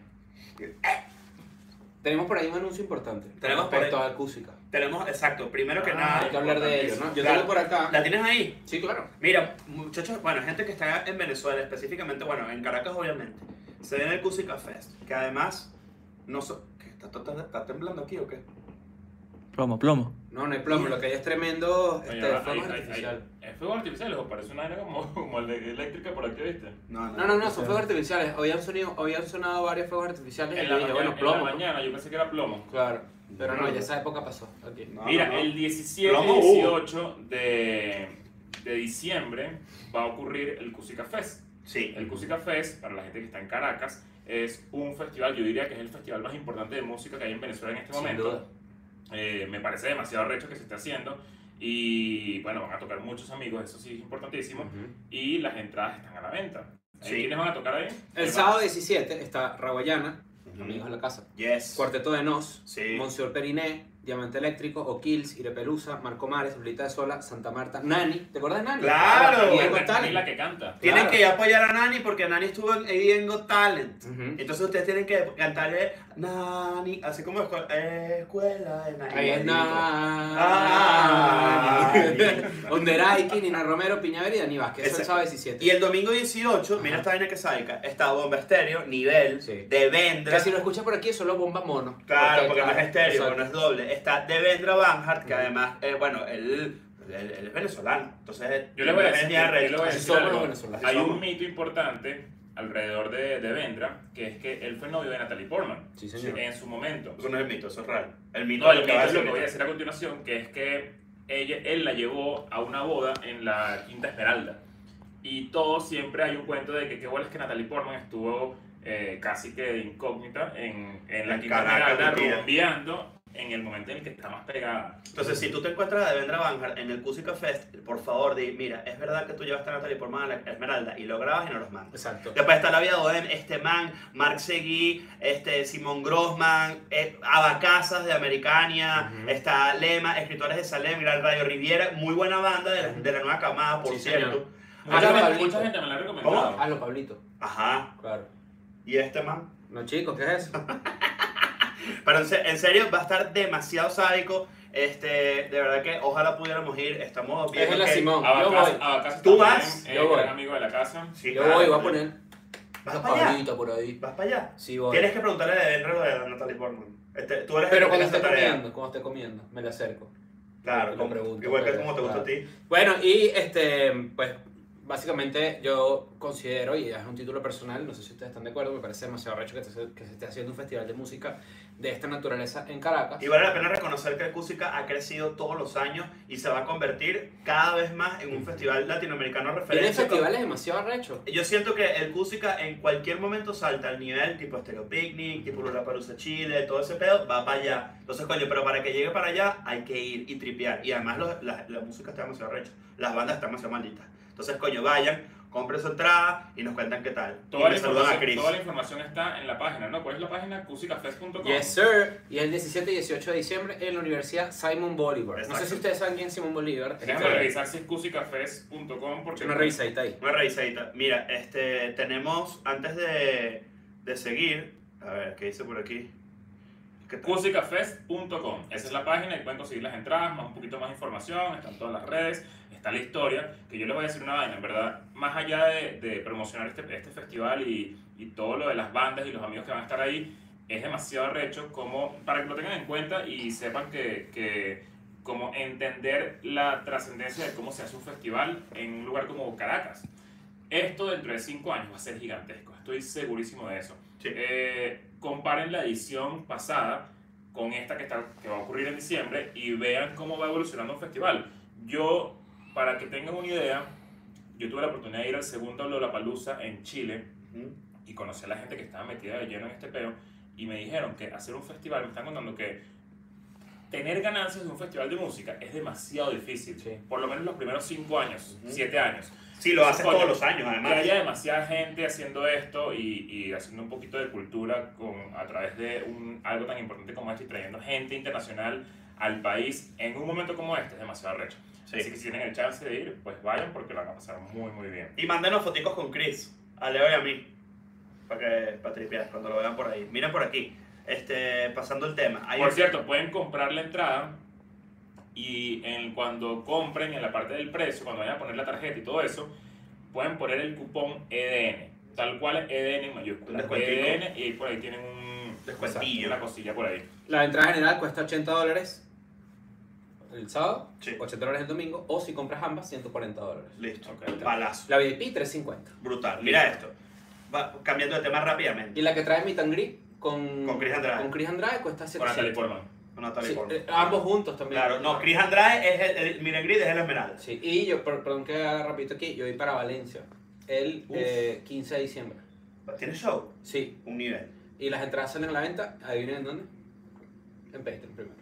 Tenemos por ahí un anuncio importante.
Tenemos por
respecto
ahí-
a acústica.
Tenemos, exacto, primero que
Ah,
nada.
Hay que hablar de ello, ¿no? Yo
Claro.
tengo por acá.
¿La tienes ahí?
Sí, claro.
Mira, muchachos, bueno, gente que está en Venezuela específicamente, bueno, en Caracas obviamente, se viene el Cusica Fest, que además, no so- ¿qué? ¿Está, está- está temblando aquí o qué?
Plomo, plomo.
No, no hay plomo. Lo que hay es tremendo
Oye,
este,
ahí-
fuego
ahí- ahí-
artificial.
¿Es fuego artificial o parece una aire como, <laughs> como el de eléctrica por aquí, viste?
No, no, no, son fuegos artificiales. Hoy han, sonido, hoy han sonado varios fuegos artificiales y
En
yo
la,
dije,
mañana,
bueno,
en la
plomo.
mañana, yo pensé que era plomo.
Claro. Pero no, ya esa época pasó. Aquí.
No,
Mira,
no, no.
el 17
Plomo
uh.
y
hubo.
18 de, de diciembre va a ocurrir el Cusica Fest.
Sí,
El Cusica Fest, para la gente que está en Caracas, es un festival, yo diría que es el festival más importante de música que hay en Venezuela en este
Sin
momento.
duda.
Eh, me parece demasiado recho que se esté haciendo. Y bueno, van a tocar muchos amigos, eso sí es importantísimo. Y las entradas están a la venta. ¿Eh,
Sí.
¿Quiénes van a tocar ahí?
El sábado 17 está Raguayana, Amigos de la Casa,
Yes.
Cuarteto de Nos,
Sí.
Monsieur Periné, Diamante Eléctrico, O'Kills, Irepelusa, Marco Mares, Lulita de Sola, Santa Marta, Nani. ¿Te acuerdas de Nani?
Claro.
Y
Bueno,
Diego
Nani es la
Talent.
que canta.
Tienen
Claro.
que apoyar a Nani porque Nani estuvo en Ediengo Talent.
Ujú.
Entonces ustedes tienen que cantarle Nani, así como escuela, escuela de Nani.
Ahí es
Ah.
Nani. Onderá, Iki, Nina Romero, Piñavera y Dani Vázquez. Eso es el
Exacto.
sábado 17.
Y el domingo 18, mira
Ajá.
esta vaina que saica, está Bomba Estéreo, Nivel,
Sí.
Devendra.
Que si lo escuchas por aquí es solo bomba mono.
Claro, porque no
claro,
es estéreo,
exacto.
no es doble. Está Devendra Banhart, que
Ujú.
además, eh, bueno, él, él- él es venezolano. Entonces,
Yo les voy a
es
decir,
ni arrecho.
yo les voy a
Así
decir
somos
algo.
los venezolanos.
Hay
Somos.
un mito importante alrededor de, de Vendra, que es que él fue novio de Natalie Portman
Sí, señor.
en su momento.
Eso no es mito, eso es real. El mito
No,
es
el
lo que
mito
va a decir
es lo que voy a
ahorita.
decir a continuación, que es que ella, él la llevó a una boda en la Quinta Esmeralda. Y todo siempre hay un cuento de que qué bueno es que Natalie Portman estuvo eh, casi que de incógnita en, en la
En
Quinta
Caracas, Turquía.
Esmeralda, rumbeando en el momento en el que está más pegada.
Entonces, si tú te encuentras a Devendra Banhart en el Cusica Fest, por favor, di, mira, es verdad que tú llevaste a Natalie Portman a la Esmeralda y lo grabas y no los mandas.
Exacto.
Después está la vida Odem, este man, Mark Seguí, este Simón Grossman, eh, Abacazas de Americania,
Ujú.
está Lema, Escritores de Salem, Gran Radio Riviera, muy buena banda de la,
Ujú.
de la nueva camada, por
Sí,
cierto.
señor.
Mucha,
Habla
gente,
Pablito.
mucha gente me la ha recomendado.
Hazlo, Pablito.
Ajá.
Claro.
Y este man.
No, chicos,
<laughs>
¿qué es eso?
Pero en, se- en serio, va a estar demasiado sádico. Este, de verdad que ojalá pudiéramos ir. Estamos
Es
viendo
el
que-
Simón. Yo voy.
Abacas- Abacas
Tú
también
vas,
es
yo voy.
gran amigo de la casa.
Sí,
Yo
claro.
voy, voy a poner.
Vas
una
para allá.
Pablito por ahí.
Vas para allá.
Sí, voy.
Tienes que preguntarle a Devendra lo de Natalie Portman. Este, tú eres
Pero
el que
cuando
tiene
esté
esa tarea.
comiendo, cuando esté comiendo, me le acerco.
Claro,
Lo
como-
pregunto,
igual que
pero-
como te gusta a ti.
Bueno, y este, pues básicamente yo considero, y es un título personal, no sé si ustedes están de acuerdo, me parece demasiado recho que, te- que se esté haciendo un festival de música de esta naturaleza en Caracas.
Y vale la pena reconocer que Acústica ha crecido todos los años y se va a convertir cada vez más en un festival latinoamericano
Tiene
referencia.
festivales demasiado recho.
Yo siento que el Cúsica en cualquier momento salta al nivel tipo Estéreo Picnic, tipo La Palusa Chile, todo ese pedo, va para allá. Entonces, coño, pero para que llegue para allá hay que ir y tripear. Y además los- la, la música está demasiado recha, las bandas están demasiado malditas. Entonces, coño, vayan, compren su entrada y nos cuentan qué tal. y
Toda la,
me saludan a
información,
Chris.
toda la información está en la página, ¿no? ¿Cuál es la página? Cusicafest.com.
Yes, sir. Y el 17 y 18 de diciembre en la Universidad Simon Bolívar. No sé
Exacto.
si ustedes saben quién es Simon Bolívar.
Déjame revisar si es cusicafest.com porque...
Este, Una revisadita ahí.
Una revisadita. Mira, este, tenemos, antes de, de seguir, a ver, ¿qué dice por aquí? ¿Qué tal?
Cusicafest.com. Esa es la página y pueden conseguir las entradas, más un poquito más información, están todas las redes, está la historia, que yo les voy a decir una vaina, en verdad, más allá de, de promocionar este, este festival y, y todo lo de las bandas y los amigos que van a estar ahí, es demasiado recho como, para que lo tengan en cuenta y sepan que, que como entender la trascendencia de cómo se hace un festival en un lugar como Caracas. Esto dentro de cinco años va a ser gigantesco, estoy segurísimo de eso.
Sí.
Eh, comparen la edición pasada con esta que, está, que va a ocurrir en diciembre y vean cómo va evolucionando un festival. Yo, para que tengan una idea, yo tuve la oportunidad de ir al segundo Lollapalooza en Chile
Ujú.
y conocer a la gente que estaba metida de lleno en este peo y me dijeron que hacer un festival, me están contando que tener ganancias de un festival de música es demasiado difícil,
Sí.
por lo menos los primeros cinco años,
Ujú.
siete años.
Sí, lo haces
Coño.
todos los años,
Que haya
además.
demasiada gente haciendo esto y, y haciendo un poquito de cultura con, a través de un, algo tan importante como esto y trayendo gente internacional al país en un momento como este es demasiado recho. Así
Sí.
que si tienen el chance de ir, pues vayan porque la van a pasar muy, muy bien.
Y mándenos foticos con Chris, a Leo y a mí, para que para tripear cuando lo vean por ahí. Miren por aquí, este, pasando el tema. Hay
Por
un-
cierto, pueden comprar la entrada y en, cuando compren en la parte del precio, cuando vayan a poner la tarjeta y todo eso, pueden poner el cupón EDN, tal cual EDN en
Un
mayúscula.
descuentico.
EDN y por ahí tienen un
Descuentillo.
una cosilla por ahí.
La entrada general cuesta 80 dólares el sábado,
Sí.
80 dólares el domingo, o si compras ambas, 140 dólares.
Listo,
Ok.
palazo,
La VIP 350.
brutal. Mira esto, Va- cambiando de tema rápidamente.
Y la que trae mi tangri con,
Con Chris Andrade.
con Chris Andrade cuesta
Con Natalie
700.
Portman.
Con Natalie
Sí,
Portman.
eh, ambos juntos también.
Claro, no, Chris Andrade es el, el- miren, Gris es el Esmeralda.
Sí, y yo, per- perdón que haga rapidito aquí, yo voy para Valencia el
Uf.
eh, 15 de diciembre.
Tiene show,
Sí,
un nivel,
y las entradas salen a la venta, adivinen en dónde. En Patreon primero.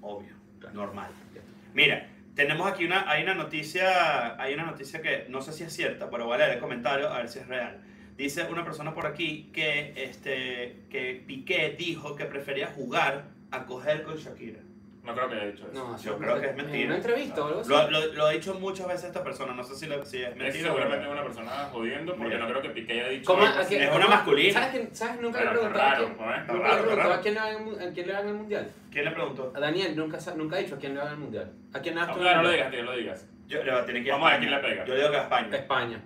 obvio,
Claro.
normal.
Ya.
Mira, Tenemos aquí una, hay una noticia, hay una noticia que no sé si es cierta, pero voy a leer el comentario a ver si es real. Dice una persona por aquí que, este, que Piqué dijo que prefería jugar a coger con Shakira.
No creo que haya dicho eso.
No,
Yo creo que es mentira.
Ah, En una entrevista o algo así.
Lo, lo- lo ha dicho muchas veces esta persona, no sé si, lo- si es
Es
mentira. o
seguramente
no.
una persona jodiendo porque
Mira.
no creo que Piqué haya dicho
¿Cómo-
algo
a
así.
quién-
es una masculina.
¿Sabes, que, ¿Sabes? Nunca le he
Pero
preguntado a
está raro,
quién,
¿no es?
nunca le he
raro,
preguntado
raro.
a quién le dan el mu- a quién le dan el mundial.
¿Quién le preguntó?
A Daniel nunca, sa- nunca ha dicho a quién le van al mundial. ¿A quién le vas
No,
tú?
no Ah, lo digas, tío, no lo digas.
Yo le va a tener que ir
Vamos a ver
España.
quién le pega.
Yo digo que a España.
España.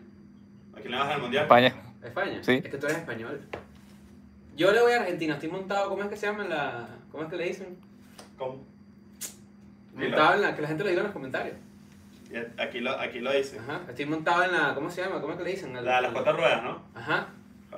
¿A quién le vas al mundial?
España.
España.
Sí.
Es que tú eres español. Yo le voy a Argentina, estoy montado, ¿cómo es que se llama la. ¿Cómo es que le dicen?
¿Cómo? Dilo.
Montado en la. Que la gente lo diga en los comentarios.
Ya, Aquí lo, aquí lo dice.
Ajá. Estoy montado en la. ¿Cómo se llama? ¿Cómo es que le dicen?
La de las cuatro ruedas, ¿no?
Ajá.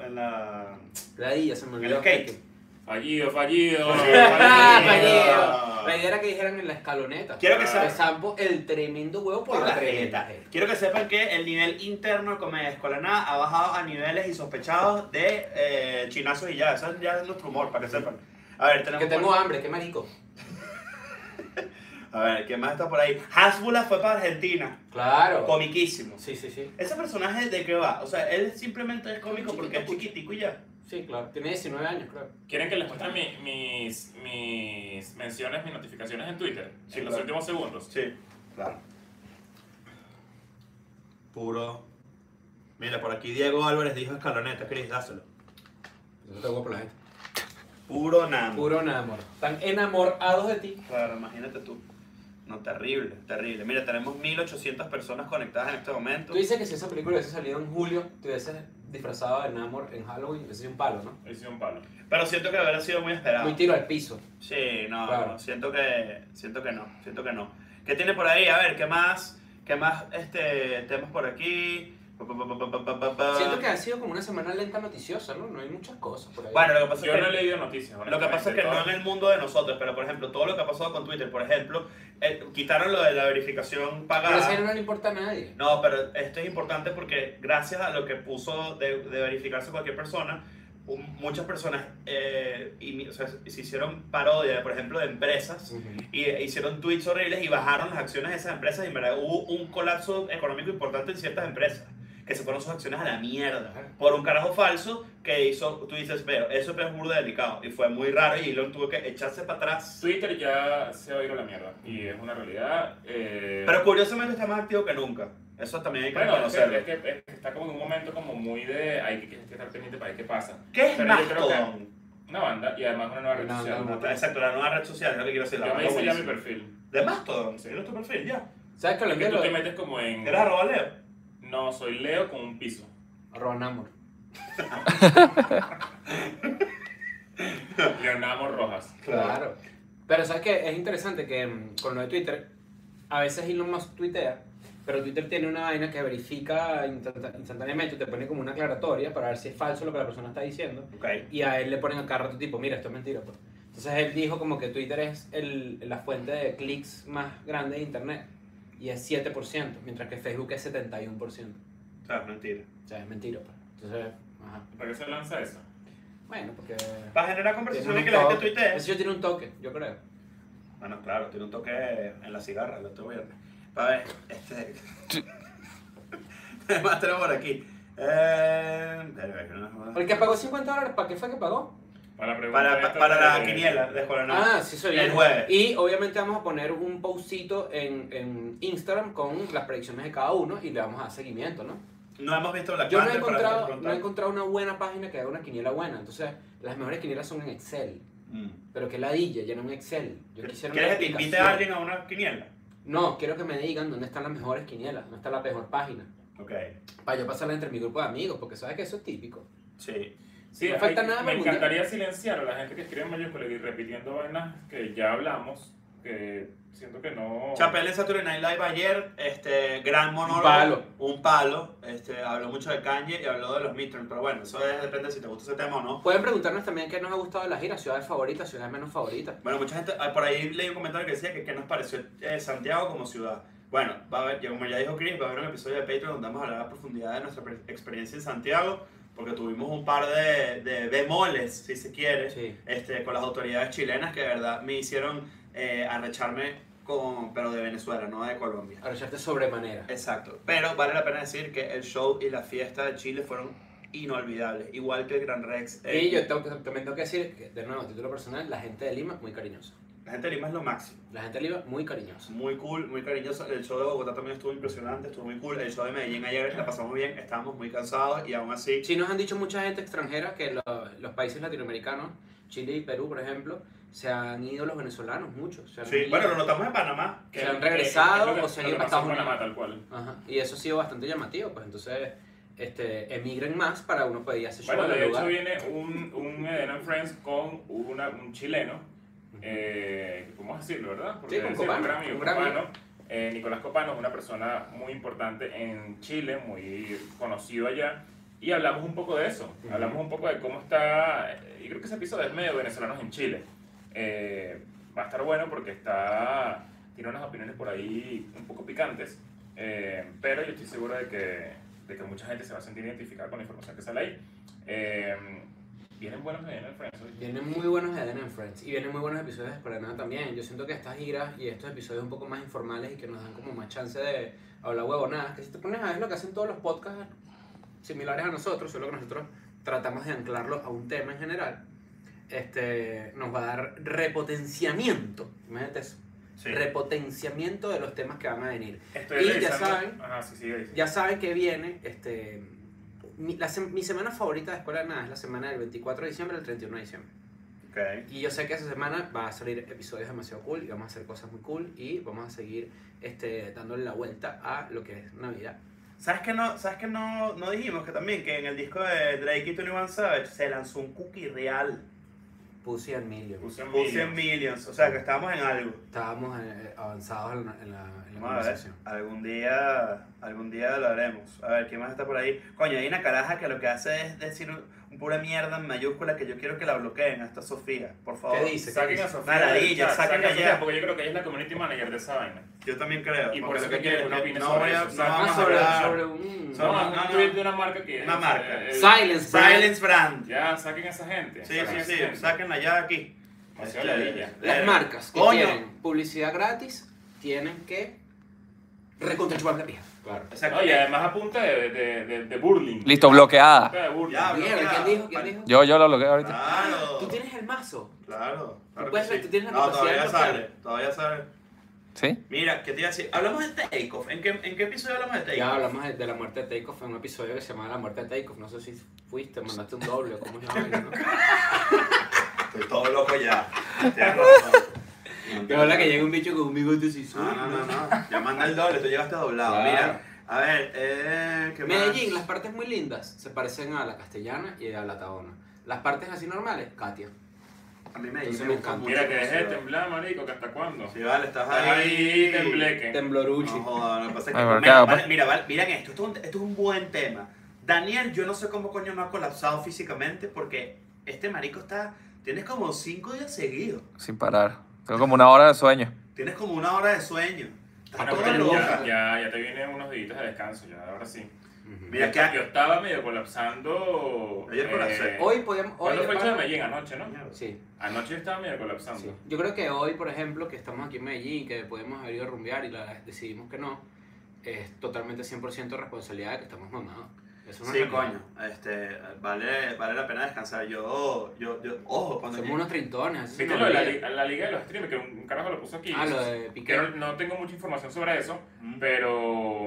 En la...
La dilla, se me
El
olvidó.
skate.
<laughs>
Fallido, fallido.
Ah,
Fallido.
fallido. La idea era que dijeran en la escaloneta.
Quiero que
De
sepan...
Sampo, el tremendo huevo por,
Por la
tremenda.
jeta. Quiero que sepan que el nivel interno de Comedia Escolana ha bajado a niveles insospechados de eh, chinazos y ya. Eso ya es nuestro humor, para que sepan. A ver, tenemos...
Que tengo hambre, qué marico.
A ver, ¿quién más está por ahí? Hasbula fue para Argentina.
Claro.
Comiquísimo.
Sí, sí, sí.
¿Ese personaje de qué va? O sea, él simplemente es cómico porque es chiquitico y ya.
Sí, claro. Tiene 19 años, creo.
¿Quieren que les muestre mi- mis, mis menciones, mis notificaciones en Twitter?
Sí,
en los
claro.
últimos segundos.
Sí, claro. Puro. Mira, por aquí Diego Álvarez dijo escaloneta, Chris, dáselo.
Yo te huevo por la gente.
Puro nada.
Puro enamor. Están enamorados de ti.
Claro, imagínate tú. No, terrible, terrible. Mira, tenemos 1800 personas conectadas en este momento.
Tú dices que si esa película hubiese salido en julio, te hubieses disfrazado de Namor en Halloween, hubiese sido un palo, ¿no?
Hice un palo.
Pero siento que habrá sido muy esperado.
Muy tiro al piso.
Sí, no,
Claro.
no, siento que siento que no, siento que no. ¿Qué tiene por ahí? A ver, ¿qué más? ¿Qué más este temas por aquí? Pa, pa, pa, pa, pa, pa, pa, pa.
Siento que ha sido como una semana lenta noticiosa, ¿no? No hay muchas cosas por ahí.
Bueno, lo que pasa
Yo
es
no he
que
leído noticias.
lo que pasa es que no en el mundo de nosotros, pero por ejemplo, todo lo que ha pasado con Twitter, por ejemplo, eh, quitaron lo de la verificación
pero
pagada.
ese no le importa a nadie.
No, pero esto es importante porque gracias a lo que puso de, de verificarse cualquier persona, un- muchas personas eh, imi- o sea, se hicieron parodia, por ejemplo, de empresas y e hicieron tweets horribles y bajaron las acciones de esas empresas y en verdad hubo un colapso económico importante en ciertas empresas que se fueron sus acciones a la mierda por un carajo falso que hizo, tú dices, pero eso es burda delicado y fue muy raro y Elon tuvo que echarse para atrás.
Twitter ya se ha ido a la mierda. Y es una realidad. eh,
Pero curiosamente está más activo que nunca. Eso también hay que
bueno, es
reconocerlo.
que, es que- es que está como en un momento como muy de hay que, hay que estar pendiente para ver qué pasa.
¿Qué es
pero yo creo que-
Mastodon?
Una banda y además una nueva red
No,
social.
no, no.
Exacto, la nueva red social, es lo que quiero decir. La
Yo me
nueva
hice ya mi
buenísima.
perfil.
De Mastodon, sí, no es tu perfil, ya.
¿Sabes que lo
Que
de
tú te
lo
metes como
Mm.
en...
¿Eres arroba Leo?
No, soy Leo con un piso.
Arroba Namor.
Leonamo Rojas.
Claro. Pero sabes que es interesante que mm, con lo de Twitter, a veces Elon Musk tuitea, pero Twitter tiene una vaina que verifica instantá- instantáneamente, te pone como una aclaratoria para ver si es falso lo que la persona está diciendo,
Ok.
y a él le ponen a cada rato tipo, mira, esto es mentira. Pues. Entonces él dijo como que Twitter es el- la fuente de clics más grande de Internet, y es 7%, mientras que Facebook es 71%.
O sea, mentira.
O sea, es mentira. Pues. Entonces, ajá.
¿Para qué se lanza eso?
Bueno, porque...
Para generar conversaciones
tiene
que
un
la gente
toque.
tuitee.
Eso tiene un toque, yo creo.
Bueno, claro, tiene un toque en la cigarra el otro viernes. Para ver, este. <laughs> Además, tenemos por aquí. Eh... pero es que no es joda.
El que pagó 50 dólares, ¿para qué fue que pagó?
Para, la pregunta
Para,
esta
pa- para la
de-
quiniela de escuela no.
Ah, sí, soy
El
yo.
jueves.
Y obviamente vamos a poner un postcito en, en Instagram con las predicciones de cada uno y le vamos a dar seguimiento, ¿no?
No hemos visto Black
Yo no he,
Panther, para
encontrado,
preguntar.
no he encontrado una buena página que haga una quiniela buena. Entonces, las mejores quinielas son en Excel.
Mm.
Pero que ladilla, ya no en Excel. Yo quisiera una
¿Quieres que te invite
aplicación.
a alguien a una quiniela?
No, quiero que me digan dónde están las mejores quinielas, dónde está la mejor página.
Ok.
Para yo pasarla entre mi grupo de amigos, porque sabes que eso es típico.
Sí.
Sí,
No falta
hay-
nada para
me
el mundial.
encantaría silenciar a la gente que escribe en mayúsculas y repitiendo vainas que ya hablamos, que siento que
Oh.
no...
Chapel en Saturday Night Live ayer, este, gran monólogo.
palo.
Un palo. Este, habló mucho de Kanye y habló de los midterms, pero bueno, eso es- depende si te gusta ese tema o no.
Pueden preguntarnos también qué nos ha gustado de la gira, ciudades favoritas, ciudades menos favoritas.
Bueno, mucha gente, ah, por ahí leí un comentario que decía que qué nos pareció eh, Santiago como ciudad. Bueno, va a haber, como ya dijo Chris, va a haber un episodio de Patreon donde vamos a hablar a profundidad de nuestra pre- experiencia en Santiago, porque tuvimos un par de, de bemoles, si se quiere,
Sí.
este, con las autoridades chilenas que de verdad me hicieron eh, arrecharme co- con, pero de Venezuela, no de Colombia.
Arrochaste sobremanera.
Exacto. Pero vale la pena decir que el show y la fiesta de Chile fueron inolvidables, igual que el Gran Rex. eh,
Y yo tengo que- también tengo que decir, que, de nuevo, a título personal, la gente de Lima muy cariñosa.
La gente de Lima es lo máximo.
La gente de Lima muy cariñosa.
Muy cool, muy cariñoso. El show de Bogotá también estuvo impresionante, estuvo muy cool. El show de Medellín ayer la pasamos bien, estábamos muy cansados y aún así.
Sí nos han dicho mucha gente extranjera que lo- los países latinoamericanos, Chile y Perú, por ejemplo, se han ido los venezolanos, muchos. Se han
Sí,
ido.
bueno, lo notamos en Panamá.
Se han regresado o se han ido para Estados Unidos.
tal cual.
Ajá, Y eso ha sido bastante llamativo, pues entonces este, emigren más para uno poder ir a ese show
Bueno,
en
de
el
hecho
lugar.
viene un, un Eden and Friends con una- un chileno, eh, ¿cómo decirlo, verdad?
Sí, con
es un
Copano,
gran amigo,
un gran amigo.
Copano. Eh, Nicolás Copano es una persona muy importante en Chile, muy conocido allá, y hablamos un poco de eso,
Ujú.
hablamos un poco de cómo está, y creo que ese episodio es medio venezolanos en Chile. Eh, va a estar bueno porque está, tiene unas opiniones por ahí un poco picantes, eh, pero yo estoy seguro de que, de que mucha gente se va a sentir identificada con la información que sale ahí. Eh, vienen buenos de el Friends. oye.
Vienen muy buenos Eden and Friends y vienen muy buenos episodios de Escuela de Nada también. Yo siento que estas giras y estos episodios un poco más informales y que nos dan como más chance de hablar huevonadas, que si te pones a ver lo que hacen todos los podcasts similares a nosotros, solo que nosotros tratamos de anclarlo a un tema en general, este, nos va a dar repotenciamiento. Imagínate eso.
Sí.
Repotenciamiento de los temas que van a venir.
Estoy
Y ya
revisando-
saben-
Ajá, sí, sí, ahí sí.
Ya saben que viene, este, mi, la sem- mi semana favorita de Escuela de Nada es la semana del 24 de diciembre al 31 de diciembre.
Ok.
Y yo sé que esa semana va a salir episodios demasiado cool y vamos a hacer cosas muy cool y vamos a seguir este, dándole la vuelta a lo que es Navidad.
¿Sabes que, no, ¿sabes que no, no dijimos que también que en el disco de Drake y Tony One Savage se lanzó un cookie real?
Pussy and Million.
Puse en
Puse
vídeo.
en millions, o sea que estábamos en algo.
Estábamos eh, avanzados en la, en la- en la
Vamos a ver,
conversación.
algún día, algún día lo haremos. A ver, ¿quién más está por ahí? Coño, hay una caraja que lo que hace es decir un- pura mierda en mayúscula que yo quiero que la bloqueen. Hasta Sofía, por favor.
¿Qué dice? ¿Qué
Saquen a
dice?
Sofía.
Maravilla,
del chat,
sáquenla
a Sofía,
ya.
Porque yo creo que ella es la community manager de esa vaina.
Yo también creo.
Y por
porque
eso
lo
que quiere que
no,
opine
no
sobre
voy a-
eso.
no
Nada
Ah,
vamos a
sobre,
hablar.
sobre un...
Sobre-
No,
No,
un
no,
tweet
no.
de una marca que.
Una marca.
eh,
Silence, Brand.
Silence Brand.
Ya, saquen a esa gente.
Sí,
saquen a
sí,
esa
sí,
gente.
sáquenla ya aquí.
Demasiado ladilla.
Las
eh,
marcas que
coño.
tienen publicidad gratis tienen que recontrachupar la pija. Claro.
Exacto.
No, y además apunta de, de, de, de burling.
Listo, bloqueada.
Apunta de burling.
Ya, bro.
Mierda, ¿quién dijo? ¿Quién dijo?
Yo, yo lo bloqueo ahorita.
Claro.
Tú tienes el mazo.
Claro. claro
Tú puedes
que
ver,
sí.
tú tienes la
No,
capacidad
todavía
de
sale, todavía sale.
¿Sí?
Mira, ¿qué te iba a decir? Hablamos de Takeoff. ¿En qué, ¿En qué episodio hablamos de Takeoff?
Ya hablamos de, de la muerte de Takeoff en un episodio que se llamaba La muerte de Takeoff. No sé si fuiste, mandaste un doble o cómo es la vaina, <laughs> ¿no?
Estoy todo loco ya.
<laughs>
Tienes razón.
Que habla que llega un bicho con un bigote y su.
No, no, no, no. Ya manda el doble, tú llegaste doblado.
Claro.
Mira, a ver, eh, ¿qué más?
Medellín, las partes muy lindas se parecen a la castellana y a la taona. Las partes así normales, Katia.
A mí Medellín
Entonces
me
me
gusta
encanta.
mucho.
Mira, que dejé de
Sí,
temblar, marico, que hasta cuándo.
Sí, vale, estás
Estás ahí,
ahí.
tembleque.
Tembloruchi.
No joda, lo que pasa es que.
Ay,
mira,
marcado,
vale,
pues.
mira, vale, miren esto, esto es, un, esto es un buen tema. Daniel, yo no sé cómo coño no ha colapsado físicamente porque este marico está. Tienes como cinco días seguidos.
Sin parar. Tengo como una hora de sueño.
Tienes como una hora de sueño. Estás
Bueno,
toda
pero
loca.
ya, ya, ya te vienen unos días de descanso, ya, ahora sí.
Ujú.
Mira, que
Yo estaba medio colapsando. eh,
Ayer colapsé.
Hoy podemos. Hoy
¿Cuándo
de
fue el show de
pana-
Medellín? Ah, Anoche, ¿no?
Sí,
Anoche yo estaba medio colapsando.
sí. Yo creo que hoy, por ejemplo, que estamos aquí en Medellín, que podemos haber ido a rumbear y la- decidimos que no, es totalmente 100% responsabilidad de que estamos mamados. Eso no
Sí,
es una
coño. Este, vale, vale la pena descansar. Yo, yo, yo, ojo, cuando
Somos unos trintones. así se
¿Viste
nos
lo de la,
olvida.
li- la liga de los streamers? Que un, un carajo lo puso aquí.
Ah, lo de
Que
Piqué.
no, no tengo mucha información sobre eso, pero.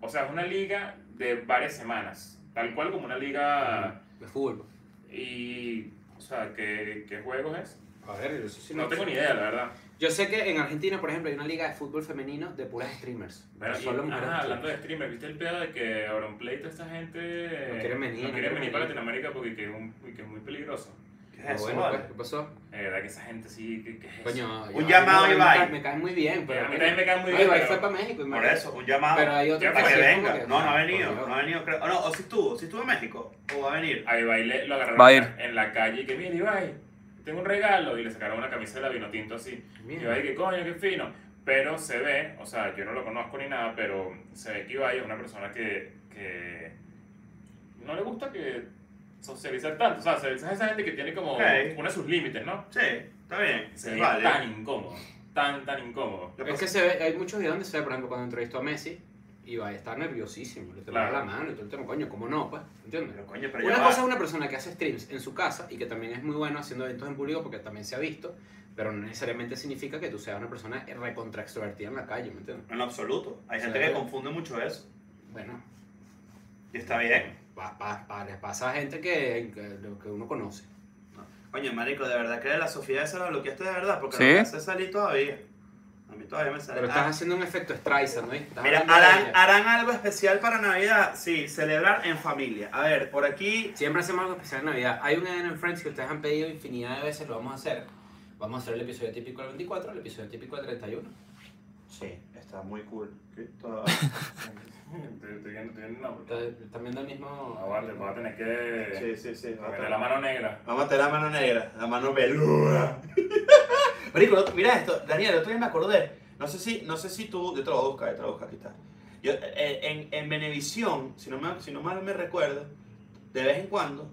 O sea, es una liga de varias semanas. Tal cual como una liga.
De fútbol. pues.
Y. O sea, ¿qué, qué juegos es?
A ver, yo
no tengo ni idea, la verdad.
Yo sé que en Argentina, por ejemplo, hay una liga de fútbol femenino de puras streamers.
Pero y-
solo mujeres.
ah,
streamers.
hablando de streamers, ¿viste el pedo de que Auronplay y toda esta gente. No
quieren venir,
No
no quieren
quieren venir para
venir.
Latinoamérica porque que es, un- que es muy peligroso.
¿Qué es eso,
bueno,
vale?
pues, ¿qué pasó?
La verdad que esa gente sí. que que es eso?
Coño,
Un
yo-
llamado
a mí
a
me cae-
Ibai.
Me cae muy bien,
Que
pero.
a mí también me cae muy
No,
bien.
Ibai
pero-
fue para México.
Por
imagínate.
eso, un llamado.
Pero hay otro
Ya para
que
sí es como
venga.
que-
No, no ha venido,
Por Dios.
no ha venido. Creo. oh, no, o si estuvo, si estuvo en México, o va a venir.
A Ibai le- lo agarraron
Va a ir.
en la calle y que, mira, Ibai, tengo un regalo. Y le sacaron una camisa de la vino tinto así. Y
Mierda.
Ibai, que coño, qué fino. Pero se ve, o sea, yo no lo conozco ni nada, pero se ve que Ibai es una persona que, que no le gusta que socializar tanto. O sea, se- es esa gente que tiene como
Ok.
pone sus límites, ¿no?
Sí, está bien.
Se ve
vale.
tan incómodo. tan, tan <laughs> incómodo.
Lo
Es que se ve, hay muchos videos donde se ve, por ejemplo, cuando entrevistó a Messi, y va a estar nerviosísimo, le temblaba
Claro.
la mano y todo el tema, coño, ¿cómo no? Pues, ¿entiendes?
Pero coño, pero ya
Una
va.
cosa es una persona que hace streams en su casa y que también es muy bueno haciendo eventos en público porque también se ha visto, pero no necesariamente significa que tú seas una persona recontra extrovertida en la calle, ¿me entiendes?
En lo absoluto. Hay gente
Sí.
que confunde mucho eso.
Bueno,
Y está bien.
pa, pa- pa- les pasa a gente que, que, que uno conoce.
Coño, marico, de verdad que la Sofía esa la bloqueaste de verdad, porque
¿Sí?
no me hace salir todavía. A mí todavía me sale.
Pero estás
Ah,
haciendo un efecto Streisand, ¿no? Estás
mira,
hablando de
harán,
ella.
harán algo especial para Navidad. Sí, celebrar en familia. A ver, por aquí.
Siempre hacemos algo especial en Navidad. Hay un Eden en Friends que ustedes han pedido infinidad de veces, lo vamos a hacer. Vamos a hacer el episodio típico del 24, el episodio típico del 31.
Sí, está muy cool. <laughs>
Estoy estoy viendo, estoy viendo el nombre.
Entonces, También del mismo...
Ah, vale, voy a tener que.
sí, sí. va a
meter
estar-
la mano negra.
Vamos a tener la mano negra, la mano peluda. <laughs> Marico, mira esto, Daniel, el otro día me acordé. No sé si, no sé si tú, yo te lo voy a buscar, yo te lo voy a buscar, aquí está. Yo, eh, en, en Venevisión, si no, me- si no mal me recuerdo, de vez en cuando,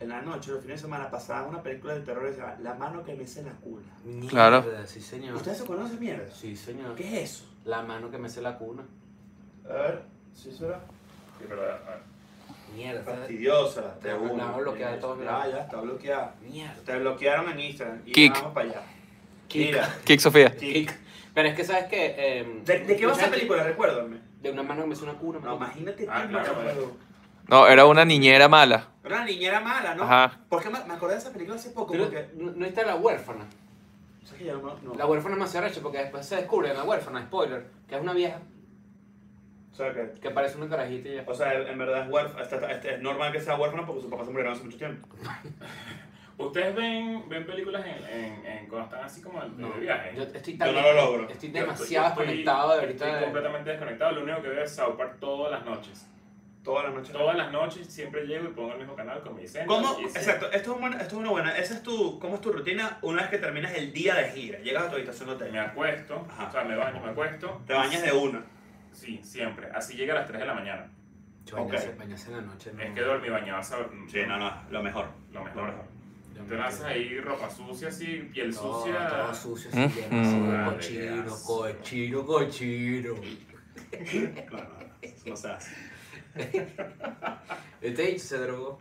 en la noche, los fines de semana, pasaba una película de terror que se llama La mano que me se la cuna.
Mierda,
Claro.
Sí, señor.
¿Ustedes se conocen mierda?
Sí, señor.
¿Qué es eso?
La mano que me hace la cuna.
A ver, ¿sí será?
Sí, pero, ah,
Mierda.
Fastidiosa, te
La- la
uno.
hemos bloqueado de todos
Ya,
lados.
ya, está bloqueada.
Mierda.
Te bloquearon en Instagram y
Kick.
vamos para allá.
Kick.
Mira,
Kick Sofía.
kick.
Pero es que, ¿sabes qué? Eh,
¿De, de qué va esa
mucha gente-
película? Recuérdame.
De una mano que me hace una cuna.
No,
marico.
imagínate
Ah,
tú,
claro,
marico.
claro.
No, era una niñera mala.
Era una niñera mala, ¿no?
Ajá.
Porque me, me acordé de esa película hace poco,
Creo-
porque...
no, no está la huérfana.
¿Sabes que ya no? no.
La huérfana me hace arrecho porque después se descubre en la huérfana, spoiler, que es una vieja
O sea, que...
que parece una carajita y ya.
O sea, en verdad es huérfano, está- está- está- es normal que sea huérfano porque sus papás se murieron hace mucho tiempo.
¿Ustedes ven, ven películas en, en, en- cuando están así como de, de viaje?
Yo estoy
Yo
tan-
no lo logro.
Estoy
eh. Yo
demasiado
estoy-
desconectado de ahorita.
Estoy
de-
completamente desconectado. Lo único que veo es South Park todas las noches.
Todas las noches.
Todas las noches siempre llego y pongo el mismo canal con mi diseño.
¿Cómo?
y sí.
Exacto, esto es, una, esto es una buena. Esa es tu, ¿Cómo es tu rutina una vez que terminas el día de gira? Llegas a tu habitación de
Me
hotel.
acuesto,
Ajá.
o sea, me baño, me acuesto.
Te bañas de una.
Sí, siempre. Así llega a las 3 de la mañana.
Yo bañarse,
Ok.
bañarse en la noche. no.
Es que dormí bañado, ¿sabes?
Sí, no, no, lo mejor.
Lo mejor.
Yo me
Te lanzas ahí ropa sucia, así, piel
No,
sucia.
Todo sucio,
Mm,
así,
mm.
demasiado
Vale, qué
cochino,
asco.
cochino, cochino.
No, no, no, eso no se hace.
Este bicho se drogó.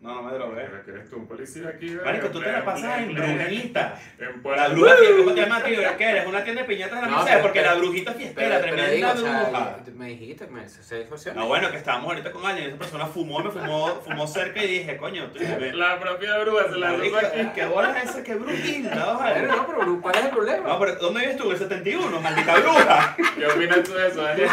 No, no me drogué.
Pero que eres tú un policía aquí.
Marico, tú te la pasas en brujita.
En
La
Puerto
bruja, fiestera, ¿cómo te llamas, tío? ¿Qué eres? ¿Una tienda de piñatas de la
No,
mesera?
pero-
Porque
pero-
la brujita fiestera,
digo,
tremenda
o sea,
bruja.
me dijiste que me, se, se divorció.
No, bueno, que estábamos ahorita con alguien, esa persona fumó, me fumó, fumó cerca y dije, coño, tú me-
La propia bruja se la
Marico,
lanzó aquí.
¿Qué bola es esa? ¿Qué brujita?
Bueno,
vale.
no, pero ¿cuál es el problema?
No, pero ¿dónde vives tú? En el 71, maldita bruja.
¿Qué opinas tú de eso, Daniel?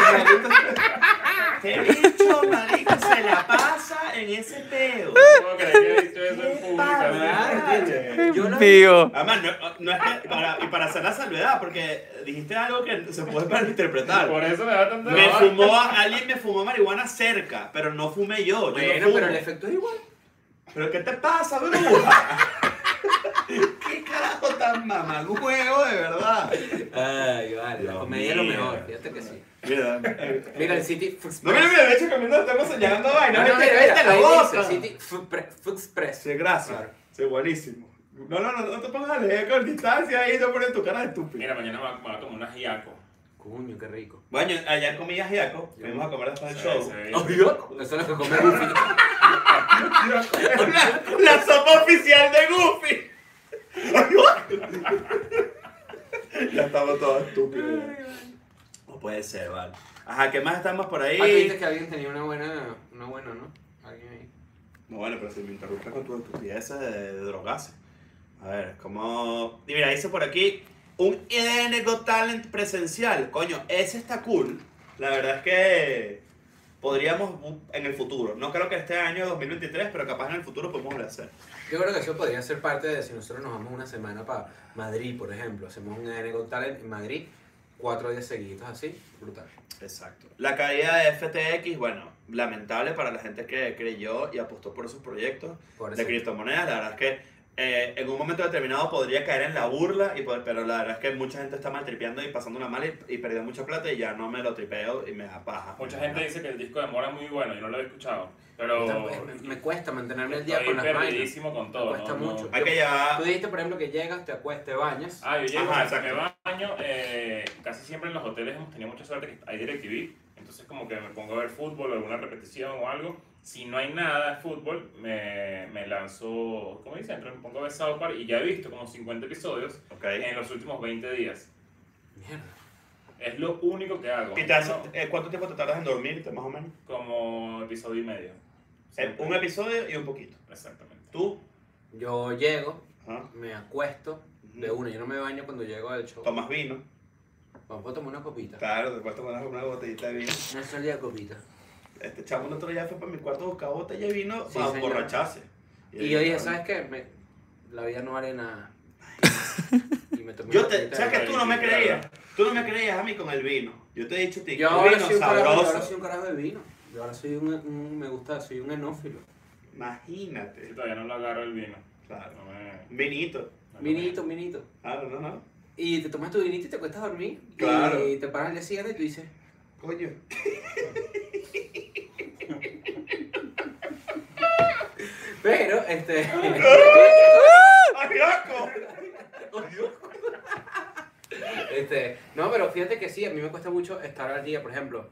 Te bicho, marico, se la pasa en ese peo.
<laughs> ¿Cómo crees que he dicho eso en
Qué
público?
padre.
así?
Vale.
Yo no-
Tío.
Además, no, no es que para, y para hacer la salvedad, porque dijiste algo que se puede malinterpretar.
Por eso me da tanto
Me
dolor.
fumó, alguien me fumó marihuana cerca, pero no fumé yo. yo no
Bueno,
fumo.
pero el efecto es igual.
¿Pero qué te pasa, bruja? <laughs> ¿Qué carajo tan mamaluego, de verdad?
Ay, vale, la
Dios
comedia es lo
mío.
mejor, fíjate que sí.
Mira, eh,
Mira, el City
no mira, mira, de hecho caminando estamos señalando
No,
vainas.
no,
vete,
mira,
vete
mira,
a la
ahí dice,
boca.
City Express.
Sí, gracias. Sí, buenísimo. No, no, no, no te pongas a leer con distancia ahí, no pones tu cara de estúpido.
Mira, mañana me va- me va a tomar unas hiaco.
Coño, qué rico.
Bueno, allá comí ajiaco, fuimos a comer después del <laughs> show.
Eso es lo que come Goofy.
La, la sopa oficial de Goofy. ya estamos todos estúpidos. No puede ser, vale. Ajá, ¿qué más estamos por
Ah, tú dijiste
ahí?
que alguien tenía una buena, una buena, ¿no? Alguien ahí.
No, bueno, pero si me interrumpes con tus estupideces de, de drogarse. A ver, ¿cómo...? Y mira, dice por aquí, un IDN Got Talent presencial. Coño, ese está cool. La verdad es que podríamos bu- en el futuro. No creo que este año 2023, pero capaz en el futuro podemos lo hacer.
Yo creo que eso podría ser parte de si nosotros nos vamos una semana para Madrid, por ejemplo. Hacemos un ADN Got Talent en Madrid, cuatro días seguidos así, brutal.
Exacto. La caída de FTX, bueno, lamentable para la gente que creyó y apostó por esos proyectos
Por
de
eso.
criptomonedas. La verdad es que eh, en un momento determinado podría caer en la burla, y poder- pero la verdad es que mucha gente está maltripeando y pasando una mala y, y perdió mucha plata y ya no me lo tripeo y me da paja.
Mucha gente dice que el disco de Mora es muy bueno, yo no lo he escuchado. Pero
Me, me cuesta mantenerme el día
estoy
con las vainas.
perdidísimo con todo.
Cuesta
¿no? No.
mucho.
Hay que
Tú
llevar...
dijiste, por ejemplo, que llegas, te acuestas, te bañas.
Ah, yo llego,
Ajá,
me baño, eh, casi siempre en los hoteles hemos tenido mucha suerte que hay DirecTV, entonces como que me pongo a ver fútbol, alguna repetición o algo. Si no hay nada de fútbol, me, me lanzo, ¿cómo dice? Entro, me pongo a ver South Park y ya he visto como 50 episodios
Ok.
en los últimos 20 días. Es lo único que hago.
¿Y te haces-
¿no?
eh, ¿Cuánto tiempo te tardas en dormirte, más o menos?
Como episodio y medio.
Eh, un episodio y un poquito.
Exactamente.
Tú
Yo llego,
ajá,
me acuesto de una. Yo no me baño cuando llego al show.
tomas vino.
Vamos a tomar una copita.
Claro, después tomas una botellita de vino.
Una salida de copita.
Este chavo el otro día fue para mi cuarto a buscar botella de vino
Sí,
para
señor.
emborracharse.
Y yo dije, ¿sabes qué? Me- la vida no vale
<laughs>
nada. Y me tomé
Yo
una
te,
copita
¿Sabes
de
que tú no me creías? Tú no me creías a mí con el vino. Yo te he dicho, te
Yo ahora
vino
soy un carajo, yo ahora soy
sabroso.
un carajo de vino. Yo ahora soy un, un- me gusta, soy un enófilo.
Si
Imagínate.
todavía no lo agarro el vino.
Claro.
No me-
Vinito.
no me-
Minito, minito.
Claro, no, no.
Y te tomas tu vinito y te cuestas a dormir.
Claro.
Y te paras el día siguiente y tú dices,
Coño.
pero,
<laughs>
este.
¡Ay, loco!
este no, pero fíjate que sí, a mí me cuesta mucho estar al día. Por ejemplo,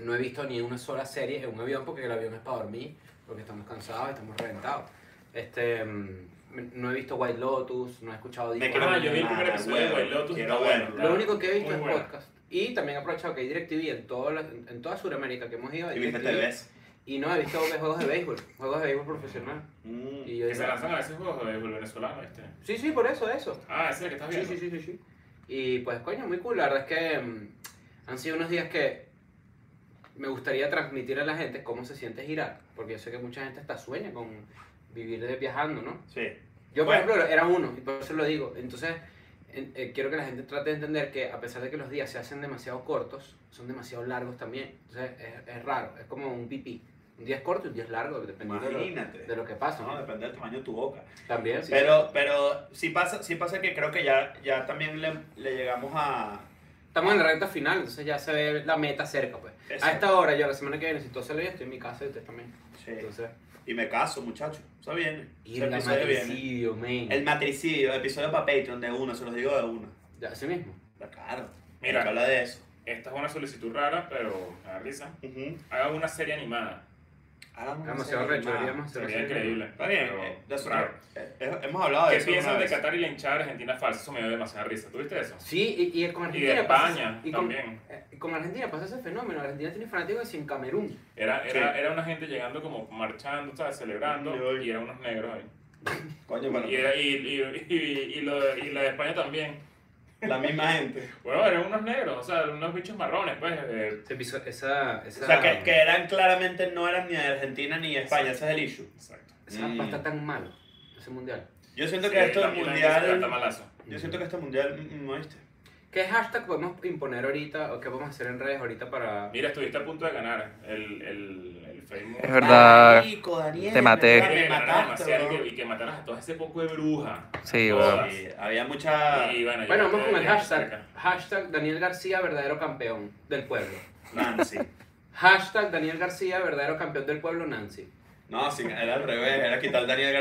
no he visto ni una sola serie en un avión porque el avión es para dormir, porque estamos cansados, estamos reventados. Este. mm, No he visto White Lotus, no he escuchado
Me
discos.
quiero
Ah, yo vi el primer
Ah,
episodio de
huevo.
White Lotus.
Quiero
está
verlo.
está
Lo único que he visto
muy
es
bueno.
podcast. Y también he aprovechado que hay DirecTV en, todo la- en toda Sudamérica que hemos ido. hay
Y viste
DirecTV.
TVs.
Y no, he visto <laughs> juegos de béisbol, juegos de béisbol profesional.
Mm.
Y yo
Que se
digo,
lanzan a veces juegos de béisbol venezolano, ¿viste?
sí, sí, por eso, eso.
Ah, ese es el que estás
Sí,
viendo.
sí, sí, sí, sí. Y pues, coño, muy cool. La verdad es que mm, han sido unos días que me gustaría transmitir a la gente cómo se siente girar. Porque yo sé que mucha gente hasta sueña con vivir de- viajando, ¿no?
Sí.
Yo, por
Bueno.
ejemplo, era uno, y por eso lo digo. Entonces, en- eh, quiero que la gente trate de entender que a pesar de que los días se hacen demasiado cortos, son demasiado largos también. Entonces, es, es raro, es como un pipí. Un día es corto y un día es largo, dependiendo de lo,
Imagínate.
de lo que pasa.
No,
¿no?
depende del tamaño de tu boca.
También, sí.
Pero, pero sí pasa, sí pasa que creo que ya, ya también le, le llegamos a.
Estamos en la recta final, entonces ya se ve la meta cerca, pues. A
Exacto.
esta hora, yo la semana que viene, si todo sale bien, estoy en mi casa y usted también.
Sí.
Entonces,
Y me caso, muchacho. Eso viene.
y
Ese
el
episodio viene.
matricidio, men.
El matricidio, episodio para Patreon de uno, se los digo de uno.
Ya, Así mismo.
Pero claro.
Mira.
hay que habla de eso.
Esta es una solicitud rara, pero me da risa.
Ujú.
Hagan una serie animada.
Hagamos una
Demasiado
serie
recho,
animada.
deberíamos hacer
Sería
así.
increíble.
Está bien.
pero
eh, de eso-
raro.
eh, eh, hemos hablado de
¿Qué
eso. alguna
piensan de
vez.
Qatar y la hinchada de Argentina falsa? Eso me dio demasiada risa. ¿Tuviste eso?
Sí, y, y con
Y
Argentina.
de
pasa-
España
y con-
también.
Eh, Con Argentina pasa ese fenómeno. Argentina tiene fanáticos en Camerún.
Era, era, era una gente llegando como marchando, ¿sabes? Celebrando.
Yo-
Y eran unos negros ahí.
Coño, bueno,
Y, era- y, y, y, y lo de- y la de España también.
la misma gente.
Bueno, eran unos negros, o sea, unos bichos marrones, pues. eh,
Ese episo- esa,
O
esa,
sea, que, que eran claramente no eran ni de Argentina ni de España, ese es el issue.
exacto.
esa
Mm.
va a estar tan malo, ese mundial.
Yo siento que esto es
Eh, la- la gente se trata
mundial.
malazo.
Yo siento que este mundial, mm, mm, ¿no viste?
¿Qué hashtag podemos imponer ahorita o qué podemos hacer en redes ahorita para...?
Mira, estuviste a punto de ganar el, el, el Facebook.
Es verdad.
Marico, Daniel,
Te maté.
¿verdad? Me
Que ganaras
mataste,
demasiado y
bro.
que- y que mataras a todo ese poco de bruja.
Sí,
Todas.
weón.
Sí, había mucha.
Y bueno, yo
Bueno, vamos
creo
con el
que
hashtag.
cerca.
Hashtag Daniel García, verdadero campeón del pueblo.
Nancy.
Hashtag Daniel García, verdadero campeón del pueblo, Nancy.
No, sí, era al revés, era quitar Daniel